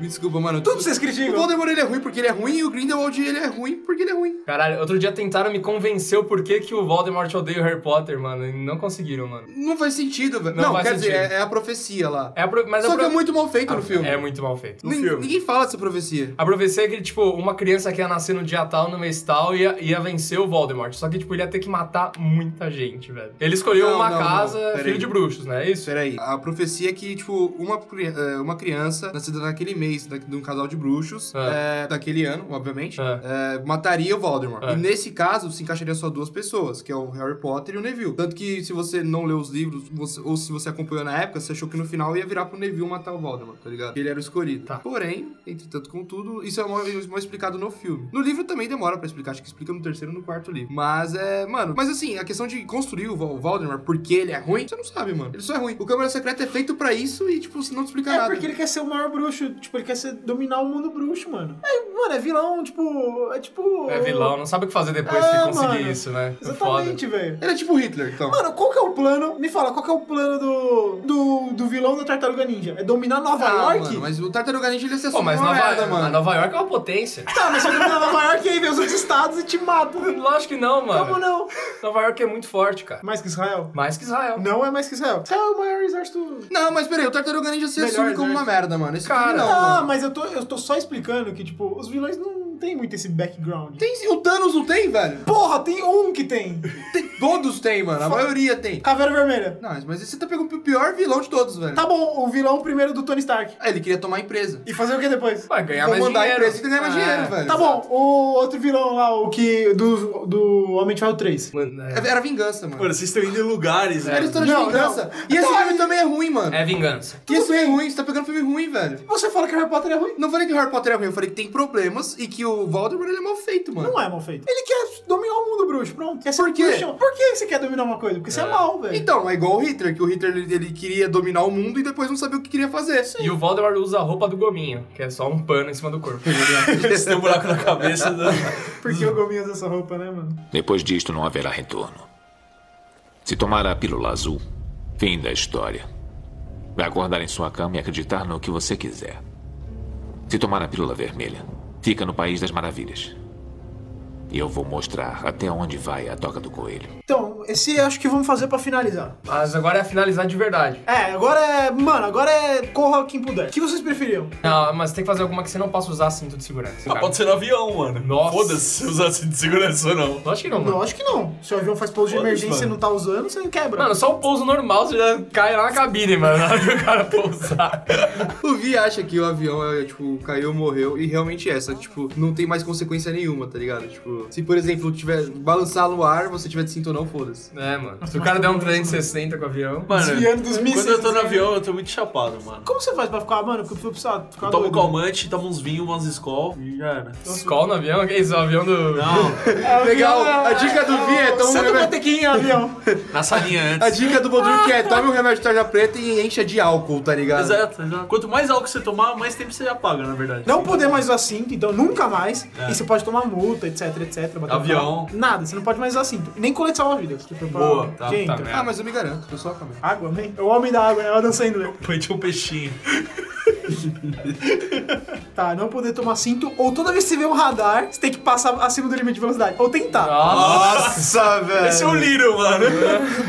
[SPEAKER 1] Me desculpa, mano.
[SPEAKER 4] Tudo vocês
[SPEAKER 1] O
[SPEAKER 4] criticam.
[SPEAKER 1] Voldemort ele é ruim porque ele é ruim e o Grindelwald ele é ruim porque ele é ruim.
[SPEAKER 3] Caralho, outro dia tentaram me convencer o porquê que o Voldemort odeia o Harry Potter, mano. E não conseguiram, mano.
[SPEAKER 1] Não faz sentido, velho.
[SPEAKER 3] Não
[SPEAKER 1] Não,
[SPEAKER 3] faz
[SPEAKER 1] quer dizer,
[SPEAKER 3] sentido.
[SPEAKER 1] é, é a profecia lá.
[SPEAKER 3] É a pro... mas a
[SPEAKER 1] Só que
[SPEAKER 3] pro-
[SPEAKER 1] é muito mal feito no filme.
[SPEAKER 3] É muito mal feito.
[SPEAKER 1] Nin-
[SPEAKER 2] filme.
[SPEAKER 1] Ninguém fala dessa profecia.
[SPEAKER 3] A profecia é que, tipo, uma criança que ia nascer no dia tal, no mês tal, ia, ia vencer o Voldemort. Só que, tipo, ele ia ter que matar muita gente, velho. Ele escolheu
[SPEAKER 1] Não,
[SPEAKER 3] uma
[SPEAKER 1] não, não.
[SPEAKER 3] casa,
[SPEAKER 1] Peraí.
[SPEAKER 3] filho de bruxos, né? É isso?
[SPEAKER 1] Peraí, a profecia é que, tipo, uma, cri- eh, uma criança nascida naquele mês da- de um casal de bruxos,
[SPEAKER 3] É.
[SPEAKER 1] eh, daquele ano, obviamente,
[SPEAKER 3] É.
[SPEAKER 1] eh, mataria o Voldemort.
[SPEAKER 3] É.
[SPEAKER 1] E nesse caso, se encaixaria só duas pessoas, que é o Harry Potter e o Neville. Tanto que se você não leu os livros, você- ou se você acompanhou na época, você achou que no final ia virar pro Neville matar o Voldemort, tá ligado? Ele era o escolhido.
[SPEAKER 3] Tá.
[SPEAKER 1] Porém, entretanto, contudo, isso é mó- mó explicado no filme. No livro também demora pra explicar, acho que explica no terceiro e no quarto livro. Mas é, mano. Mas assim, a questão de construir o, Val- o Voldemort porque ele é ruim, você não sabe, mano. Ele só é ruim. O Câmara Secreta é feito pra isso e, tipo, você não te explica
[SPEAKER 4] É
[SPEAKER 1] nada.
[SPEAKER 4] porque ele quer ser o maior bruxo, tipo, ele quer ser, dominar o mundo bruxo, mano. É, mano, é vilão, tipo. É tipo.
[SPEAKER 3] É vilão, não sabe o que fazer depois
[SPEAKER 4] É,
[SPEAKER 1] Ah,
[SPEAKER 3] que conseguir
[SPEAKER 4] mano.
[SPEAKER 3] isso, né? É Foda.
[SPEAKER 4] Exatamente, velho.
[SPEAKER 1] Ele é tipo Hitler, então.
[SPEAKER 4] Mano, qual que é o plano? Me fala, qual que é o plano do. do, do vilão da Tartaruga Ninja? É dominar Nova
[SPEAKER 1] Ah,
[SPEAKER 4] York?
[SPEAKER 1] mano, mas o Tartaruga Ninja ele é
[SPEAKER 3] Pô,
[SPEAKER 1] só
[SPEAKER 3] mas
[SPEAKER 1] uma
[SPEAKER 3] Nova,
[SPEAKER 1] merda,
[SPEAKER 3] a
[SPEAKER 1] mano.
[SPEAKER 3] Nova York é uma potência.
[SPEAKER 4] Tá, mas só domina Nova York e aí vem os outros estados e te mata.
[SPEAKER 3] Lógico que
[SPEAKER 1] Então
[SPEAKER 3] não, mano.
[SPEAKER 4] Como não?
[SPEAKER 3] Nova York é muito forte, cara.
[SPEAKER 4] Mais que Israel?
[SPEAKER 3] Mais que Israel.
[SPEAKER 4] Não é mais que Israel. Israel é o maior exército.
[SPEAKER 1] Não, mas peraí, o Tartaruga Ninja se
[SPEAKER 4] Melhor
[SPEAKER 1] assume como uma
[SPEAKER 4] exército. Tá,
[SPEAKER 1] merda, mano. Esse
[SPEAKER 3] Cara,
[SPEAKER 1] filme não,
[SPEAKER 4] Não,
[SPEAKER 1] mano.
[SPEAKER 4] mas eu tô, eu tô só explicando que, tipo, os vilões não. não tem muito esse background.
[SPEAKER 1] Tem sim, o Thanos não tem, velho?
[SPEAKER 4] Porra, tem um que tem!
[SPEAKER 1] Tem- todos tem, mano. A maioria tem.
[SPEAKER 4] Caveira Vermelha.
[SPEAKER 1] Não, mas você tá pegando o pior vilão de todos, velho.
[SPEAKER 4] Tá bom, o vilão primeiro do Tony Stark.
[SPEAKER 1] Ah, ele queria tomar a empresa.
[SPEAKER 4] E fazer o que depois?
[SPEAKER 3] Vai ganhar mais
[SPEAKER 1] Comandar a
[SPEAKER 3] dinheiro. É.
[SPEAKER 1] empresa e ganhar mais dinheiro, velho.
[SPEAKER 4] Tá bom, o outro vilão lá, o que. do, do Homem de Ferro 3.
[SPEAKER 1] Mano, é- era vingança, mano.
[SPEAKER 2] Mano, vocês estão indo em lugares,
[SPEAKER 1] Era
[SPEAKER 2] velho.
[SPEAKER 1] história de
[SPEAKER 4] Não,
[SPEAKER 1] vingança.
[SPEAKER 4] não.
[SPEAKER 1] E esse
[SPEAKER 4] Tá,
[SPEAKER 1] filme também é ruim, mano.
[SPEAKER 3] É vingança.
[SPEAKER 1] E esse filme é ruim, você tá pegando filme ruim, velho.
[SPEAKER 4] Você fala que Harry Potter é ruim?
[SPEAKER 1] Não falei que Harry Potter é ruim, eu falei que tem problemas e que o Voldemort ele é mal feito, mano.
[SPEAKER 4] Não é mal feito. Ele quer dominar o mundo bruxo, pronto. Quer ser
[SPEAKER 1] Por
[SPEAKER 4] um
[SPEAKER 1] quê?
[SPEAKER 4] bruxão. Por que você quer dominar uma coisa? Porque você é, mal, velho.
[SPEAKER 1] Então, é igual o Hitler, que o Hitler ele, ele queria dominar o mundo e depois não sabia o que queria fazer.
[SPEAKER 3] E o Voldemort usa a roupa do gominho, que é só um pano em cima do corpo.
[SPEAKER 2] Vocês têm um buraco na cabeça. né?
[SPEAKER 4] Por que o Gominho usa essa roupa, né, mano?
[SPEAKER 5] Depois disto não haverá retorno. Se tomar a pílula azul, fim da história. Vai acordar em sua cama e acreditar no que você quiser. Se tomar a pílula vermelha, fica no País das Maravilhas. E eu vou mostrar até onde vai a toca do coelho.
[SPEAKER 4] Então, esse acho que vamos fazer pra finalizar.
[SPEAKER 3] Mas agora é finalizar de verdade.
[SPEAKER 4] É, agora é. Mano, agora é corra quem puder. O que vocês preferiam?
[SPEAKER 3] Não, mas tem que fazer alguma que você não possa usar cinto de segurança.
[SPEAKER 2] Ah,
[SPEAKER 3] cara.
[SPEAKER 2] pode ser no avião, mano.
[SPEAKER 3] Nossa.
[SPEAKER 2] Foda-se se você usar cinto de segurança ou não.
[SPEAKER 3] Lógico que não, mano.
[SPEAKER 4] Não, acho que não. Se o avião faz pouso de
[SPEAKER 2] Foda-se,
[SPEAKER 4] emergência e
[SPEAKER 2] mano.
[SPEAKER 4] não tá usando, você não quebra.
[SPEAKER 3] Mano, só o pouso normal você já cai lá na cabine, mano. <laughs> Na hora que o cara pousar.
[SPEAKER 1] O Vi acha que o avião é, tipo, caiu, morreu, e realmente é, só que, tipo, não tem mais consequência nenhuma, tá ligado? Tipo, se, por exemplo, tiver balançar no ar, você tiver de cinto ou não, foda-se.
[SPEAKER 3] É, mano. Se o cara der um 360 com o avião.
[SPEAKER 2] Mano,
[SPEAKER 4] Desviando dos mísseis,
[SPEAKER 2] quando eu tô no
[SPEAKER 4] desviando.
[SPEAKER 2] avião, eu tô muito chapado, mano.
[SPEAKER 4] como você faz pra ficar, mano? Porque eu fui precisar ficar
[SPEAKER 2] Eu tomo
[SPEAKER 4] Tá doido.
[SPEAKER 2] calmante, tomo uns vinhos, umas escol e já era.
[SPEAKER 3] Escola no avião? Que isso? O avião do.
[SPEAKER 2] Não,
[SPEAKER 4] Ah,
[SPEAKER 1] Legal, a dica do Vi é toma um
[SPEAKER 4] Senta
[SPEAKER 1] remédio...
[SPEAKER 4] botequinha, avião.
[SPEAKER 2] na salinha
[SPEAKER 1] A
[SPEAKER 2] antes.
[SPEAKER 1] dica do Bodur que é tome um remédio de tarja preta e encha de álcool, tá ligado?
[SPEAKER 2] Ah, tá. Exato, exato. Quanto mais álcool você tomar, mais tempo você apaga, na verdade.
[SPEAKER 4] Não poder mais usar cinto, então nunca mais. E você pode tomar multa, etc, etc. bater
[SPEAKER 2] É. Avião.
[SPEAKER 4] papo. Nada, você não pode mais usar cinto. Nem colete salva-vidas. que foi pra-
[SPEAKER 2] Boa, tá,
[SPEAKER 4] Gente,
[SPEAKER 3] tá, né?
[SPEAKER 1] Ah, mas eu me garanto, eu só acabei.
[SPEAKER 4] Água, man. É O homem da água, é o Adam Sandler.
[SPEAKER 2] Põe um peixinho.
[SPEAKER 4] Tá, não poder tomar cinto, ou toda vez que você vê um radar, você tem que passar acima do limite de velocidade. Ou tentar.
[SPEAKER 1] Nossa, velho!
[SPEAKER 2] Esse é o Little, mano.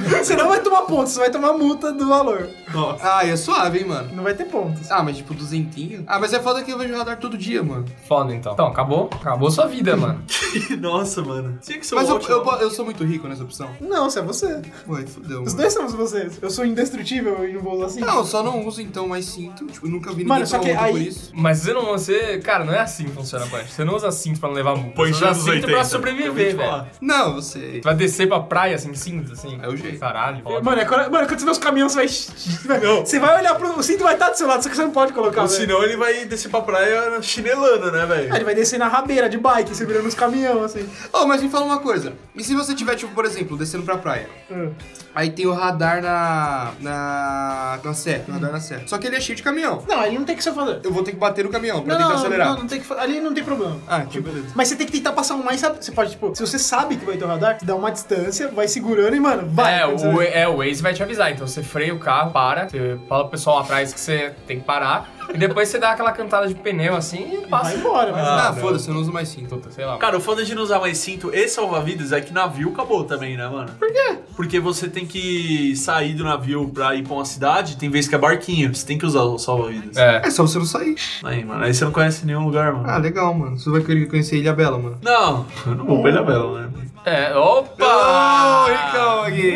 [SPEAKER 4] Você não vai tomar pontos, você vai tomar multa do valor.
[SPEAKER 2] Nossa.
[SPEAKER 1] Ah, e é suave, hein, mano?
[SPEAKER 4] Não vai ter pontos.
[SPEAKER 1] Ah, mas tipo, duzentinho? Ah, mas é foda que eu vejo radar todo dia, mano.
[SPEAKER 3] Foda então. Então, acabou. Acabou sua vida, mano.
[SPEAKER 2] <laughs> Nossa, mano. Tinha que ser
[SPEAKER 1] Mas
[SPEAKER 2] um
[SPEAKER 1] eu,
[SPEAKER 2] ótimo.
[SPEAKER 1] eu, po- eu sou muito rico nessa opção.
[SPEAKER 4] Não, você é você.
[SPEAKER 1] Ué, fudeu,
[SPEAKER 4] Os
[SPEAKER 1] mano.
[SPEAKER 4] dois somos vocês. Eu sou indestrutível e não vou usar cinto.
[SPEAKER 1] Não, eu só não uso então mais cinto. Tipo, eu nunca vi ninguém
[SPEAKER 4] Mano, só
[SPEAKER 1] tomar
[SPEAKER 4] que
[SPEAKER 1] multa por
[SPEAKER 4] aí-
[SPEAKER 1] isso.
[SPEAKER 3] Mas você não. Você. Cara, não é assim que funciona, Punch. Você não usa cinto pra não levar multa.
[SPEAKER 2] Põe
[SPEAKER 3] Você usa
[SPEAKER 2] já dos
[SPEAKER 3] cinto
[SPEAKER 2] 80.
[SPEAKER 3] pra
[SPEAKER 2] Eu vou te
[SPEAKER 3] sobreviver,
[SPEAKER 2] falar.
[SPEAKER 3] velho.
[SPEAKER 1] Não, você.
[SPEAKER 3] Você vai descer pra praia, assim, cinto, assim.
[SPEAKER 1] É o jeito.
[SPEAKER 3] Caralho, foda.
[SPEAKER 4] Mano, é quando, mano, quando você vê os caminhões, você vai. Você vai olhar pro. O cinto vai estar do seu lado, só que você não pode colocar.
[SPEAKER 2] Ou
[SPEAKER 4] velho.
[SPEAKER 2] senão ele vai descer pra praia chinelando, né,
[SPEAKER 4] Ah, Ele
[SPEAKER 2] velho?
[SPEAKER 4] vai descer na rabeira de bike, segurando os caminhões, assim.
[SPEAKER 1] Oh, mas me fala uma coisa. E se você tiver, tipo, por exemplo, descendo pra praia?
[SPEAKER 4] Hum.
[SPEAKER 1] Aí tem o radar na. na. na Sé, o radar na Sé. Só que ele é cheio de caminhão.
[SPEAKER 4] Não, ele não tem o que você fazer.
[SPEAKER 1] Eu vou ter que bater no caminhão pra
[SPEAKER 4] Não,
[SPEAKER 1] tentar
[SPEAKER 4] não,
[SPEAKER 1] acelerar.
[SPEAKER 4] não, não tem que fa- Ali não tem problema.
[SPEAKER 1] Ah, que beleza.
[SPEAKER 4] Mas você tem que tentar passar o mais rápido. Você pode, tipo, se você sabe que vai ter o radar, você dá uma distância, vai segurando e, mano, vai.
[SPEAKER 3] É,
[SPEAKER 4] Quando você-
[SPEAKER 3] o, é, o Waze vai te avisar. Então você freia o carro, para, você fala pro pessoal lá atrás que você tem que parar. e depois você dá aquela cantada de pneu assim e passa.
[SPEAKER 4] Vai embora, mas.
[SPEAKER 1] Ah,
[SPEAKER 2] Ah, não.
[SPEAKER 1] foda-se, eu não uso mais então. cinto.
[SPEAKER 3] Puta, sei lá.
[SPEAKER 2] Cara, o foda de não usar mais cinto e salva-vidas é que navio acabou também, né, mano? Por quê? Porque você tem que sair do navio pra ir pra uma cidade, tem vez que é barquinho. Você tem que usar o salva-vidas.
[SPEAKER 3] É.
[SPEAKER 1] É só você não sair.
[SPEAKER 2] Aí, mano, aí você não conhece nenhum lugar, mano.
[SPEAKER 1] Ah, legal, mano. Você vai querer conhecer Ilha Bela, mano.
[SPEAKER 2] Não, eu não vou pra Ilha Bela, né?
[SPEAKER 3] É,
[SPEAKER 1] Ô,
[SPEAKER 3] opa!
[SPEAKER 1] Ricão
[SPEAKER 3] <laughs>
[SPEAKER 1] aqui!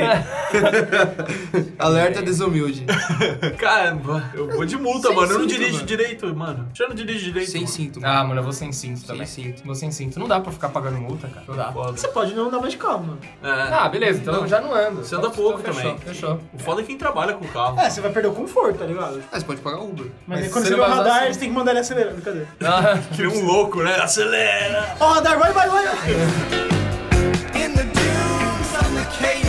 [SPEAKER 1] Alerta desumilde.
[SPEAKER 2] Cara, eu vou de multa,
[SPEAKER 1] Sem
[SPEAKER 2] mano. eu não
[SPEAKER 1] cinto,
[SPEAKER 2] dirijo
[SPEAKER 1] mano.
[SPEAKER 2] direito, mano. Eu não dirijo direito.
[SPEAKER 1] Sem
[SPEAKER 2] mano.
[SPEAKER 1] cinto, mano.
[SPEAKER 3] Ah, mano, eu vou sem cinto também.
[SPEAKER 1] cinto.
[SPEAKER 3] Vou sem cinto. Não dá pra ficar pagando multa, cara. Não dá.
[SPEAKER 2] Tá Foda.
[SPEAKER 4] Você pode não andar mais de carro, mano.
[SPEAKER 2] É.
[SPEAKER 3] Ah, beleza, então eu já não ando.
[SPEAKER 2] Você anda
[SPEAKER 3] Então,
[SPEAKER 2] pouco
[SPEAKER 3] fechou,
[SPEAKER 2] também.
[SPEAKER 3] Fechou.
[SPEAKER 2] O foda é quem trabalha com carro.
[SPEAKER 4] <laughs> É, você vai perder o conforto, tá ligado? Mas,
[SPEAKER 1] Ah, você pode pagar Uber.
[SPEAKER 3] Mas
[SPEAKER 4] aí quando
[SPEAKER 3] você
[SPEAKER 4] você vê
[SPEAKER 3] não
[SPEAKER 4] o
[SPEAKER 3] vai assim. usar
[SPEAKER 4] radar,
[SPEAKER 3] cinto.
[SPEAKER 4] você tem que mandar ele acelerar, brincadeira.
[SPEAKER 3] Ah,
[SPEAKER 2] Que nem um louco, né? Acelera!
[SPEAKER 4] Ó, radar, vai, vai, vai!
[SPEAKER 6] In the dunes on the cape,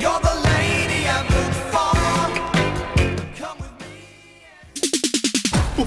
[SPEAKER 6] you're the lady I've looked for. Come with me.
[SPEAKER 8] Por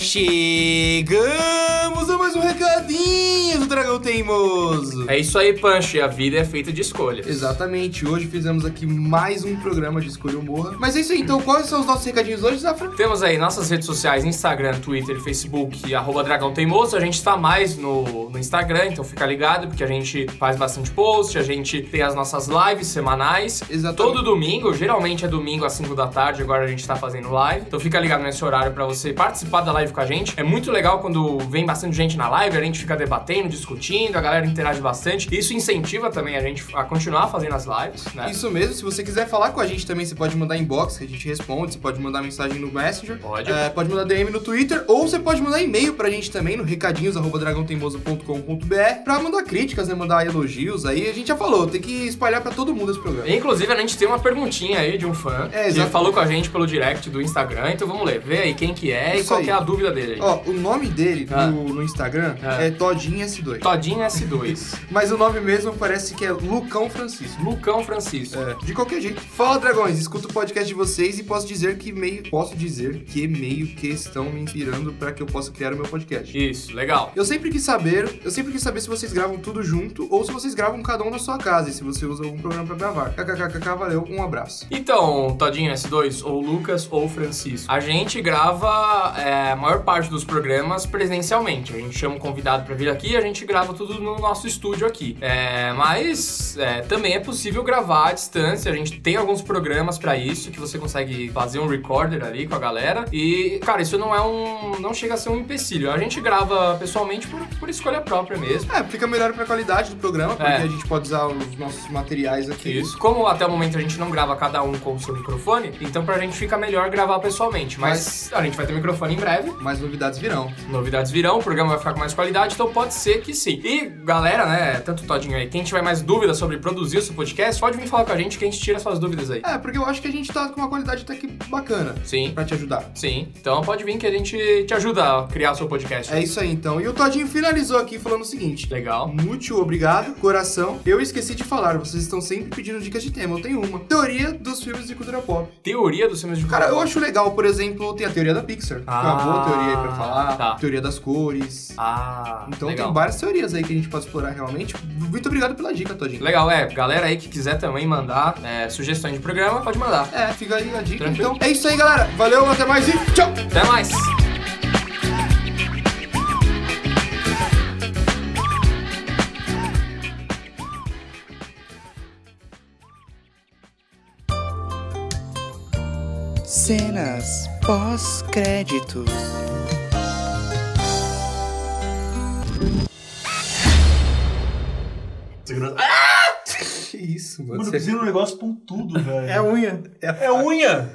[SPEAKER 1] Chegamos a mais mais um recadinho do Dragão Teimoso.
[SPEAKER 3] É isso aí, Punch. A vida é feita de escolhas.
[SPEAKER 1] Exatamente, hoje fizemos aqui mais um programa de Escolha ou Morra. Mas é isso aí, então quais são os nossos recadinhos hoje, Zafra?
[SPEAKER 3] Temos aí nossas redes sociais, Instagram, Twitter, Facebook, arroba Dragão Teimoso. A gente está mais no, no Instagram, então fica ligado, porque a gente faz bastante post, a gente tem as nossas lives semanais.
[SPEAKER 1] Exatamente.
[SPEAKER 3] Todo domingo, geralmente é domingo às 5 da tarde, agora a gente tá fazendo live. Então fica ligado nesse horário para você participar da live com a gente. É muito legal quando vem bastante gente na live, a gente fica debatendo, discutindo, a galera interage bastante. Isso incentiva também a gente a continuar fazendo as lives, né?
[SPEAKER 1] Isso mesmo, se você quiser falar com a gente também, você pode mandar inbox, que a gente responde, você pode mandar mensagem no Messenger.
[SPEAKER 3] Pode.
[SPEAKER 1] É, pode mandar DM no Twitter, ou você pode mandar e-mail pra gente também, no recadinhos.dragãoteimoso.com.br, pra mandar críticas, né? Mandar elogios aí. A gente já falou, tem que espalhar pra todo mundo esse programa.
[SPEAKER 3] Inclusive, a gente tem uma perguntinha aí de um fã
[SPEAKER 1] É,
[SPEAKER 3] que
[SPEAKER 1] exato.
[SPEAKER 3] falou com a gente pelo direct do Instagram. Então vamos ler, vê aí quem que é e
[SPEAKER 1] Isso
[SPEAKER 3] qual
[SPEAKER 1] aí.
[SPEAKER 3] que é a dúvida dele aí.
[SPEAKER 1] Ó, o nome dele
[SPEAKER 3] Ah.
[SPEAKER 1] no, no Instagram
[SPEAKER 3] Ah.
[SPEAKER 1] é Todinho S2.
[SPEAKER 3] Todinho
[SPEAKER 1] <laughs>
[SPEAKER 3] S2.
[SPEAKER 1] Mas o nome mesmo parece que é Lucão Francisco.
[SPEAKER 3] Lucão Francisco.
[SPEAKER 1] É, de qualquer jeito. Fala, dragões, escuto o podcast de vocês e posso dizer que meio. Posso dizer que meio que estão me inspirando pra que eu possa criar o meu podcast.
[SPEAKER 3] Isso, legal.
[SPEAKER 1] Eu sempre quis saber, eu sempre quis saber se vocês gravam tudo junto ou se vocês gravam cada um na sua casa e se você usa algum programa pra gravar. KKKK, valeu, um abraço.
[SPEAKER 3] Então, Todinho S2, ou Lucas ou Francisco, a gente grava é, a maior parte dos programas presencialmente. A gente chama o convidado pra vir aqui e a gente grava tudo no nosso estúdio aqui. É, mas é, também é possível gravar à distância. A gente tem alguns programas pra isso que você consegue fazer um recorder ali com a galera. E, cara, isso não é um. não chega a ser um empecilho. A gente grava pessoalmente por, por escolha própria mesmo.
[SPEAKER 1] É, fica melhor pra qualidade do programa, porque
[SPEAKER 3] É.
[SPEAKER 1] a gente pode usar os nossos materiais aqui.
[SPEAKER 3] Isso. Como até o momento a gente não grava cada um com o seu microfone, então pra gente fica melhor gravar pessoalmente. Mas a gente vai ter microfone em breve.
[SPEAKER 1] Mas novidades virão.
[SPEAKER 3] Novidades virão, o programa vai ficar com mais qualidade, então pode ser que sim. E galera, né, tanto Todinho aí, quem tiver mais dúvidas sobre produzir o seu podcast, pode vir falar com a gente que a gente tira suas dúvidas aí.
[SPEAKER 1] É, porque eu acho que a gente tá com uma qualidade até que bacana
[SPEAKER 3] Sim,
[SPEAKER 1] pra te ajudar.
[SPEAKER 3] sim. Então pode vir que a gente te ajuda a criar o seu podcast.
[SPEAKER 1] É isso aí então. E o Todinho finalizou aqui falando o seguinte:
[SPEAKER 3] Legal.
[SPEAKER 1] Muito obrigado, coração. Eu esqueci de falar, vocês estão sempre pedindo dicas de tema. Eu tenho uma. Teoria dos filmes de cultura pop.
[SPEAKER 3] Teoria dos filmes de
[SPEAKER 1] Cara, eu
[SPEAKER 3] cultura.
[SPEAKER 1] acho legal, por exemplo, tem a teoria da Pixar. que é uma
[SPEAKER 3] Ah,
[SPEAKER 1] boa teoria aí pra falar.
[SPEAKER 3] tá.
[SPEAKER 1] Teoria das cores.
[SPEAKER 3] Ah,
[SPEAKER 1] então
[SPEAKER 3] legal.
[SPEAKER 1] tem várias teorias aí que a gente pode explorar realmente. Muito obrigado pela dica, Todinho.
[SPEAKER 3] Legal, é. Galera aí que quiser também mandar é, sugestões de programa, pode mandar.
[SPEAKER 1] É, fica aí a dica.
[SPEAKER 3] Tranquilo.
[SPEAKER 1] Então é isso aí, galera. Valeu, até mais e tchau!
[SPEAKER 3] Até mais!
[SPEAKER 9] Cenas pós-créditos.
[SPEAKER 2] Segurando.
[SPEAKER 1] Que isso, mano.
[SPEAKER 10] Mano, eu
[SPEAKER 1] Você-
[SPEAKER 10] preciso de um negócio pontudo, velho.
[SPEAKER 4] É unha.
[SPEAKER 10] É unha!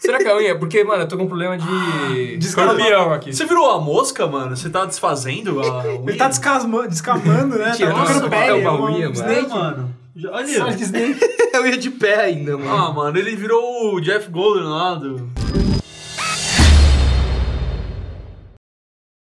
[SPEAKER 3] Será que é unha? Porque, mano, eu tô com um problema de. De
[SPEAKER 2] escorpião
[SPEAKER 3] aqui.
[SPEAKER 2] Você virou a mosca, mano? Você tá desfazendo a
[SPEAKER 4] Ele
[SPEAKER 2] unha?
[SPEAKER 4] tá descasma- descamando, né?
[SPEAKER 3] Mentira,
[SPEAKER 4] tá colocando
[SPEAKER 3] nossa,
[SPEAKER 4] pele.
[SPEAKER 3] é uma
[SPEAKER 4] uma-
[SPEAKER 3] unha,
[SPEAKER 1] <laughs>
[SPEAKER 4] um
[SPEAKER 3] mano.
[SPEAKER 10] É,
[SPEAKER 4] snake.
[SPEAKER 10] mano. Já- olha.
[SPEAKER 4] Sonic Snake.
[SPEAKER 1] Eu ia de pé ainda, mano.
[SPEAKER 2] Ah, mano, ele virou o Jeff Golden lá do...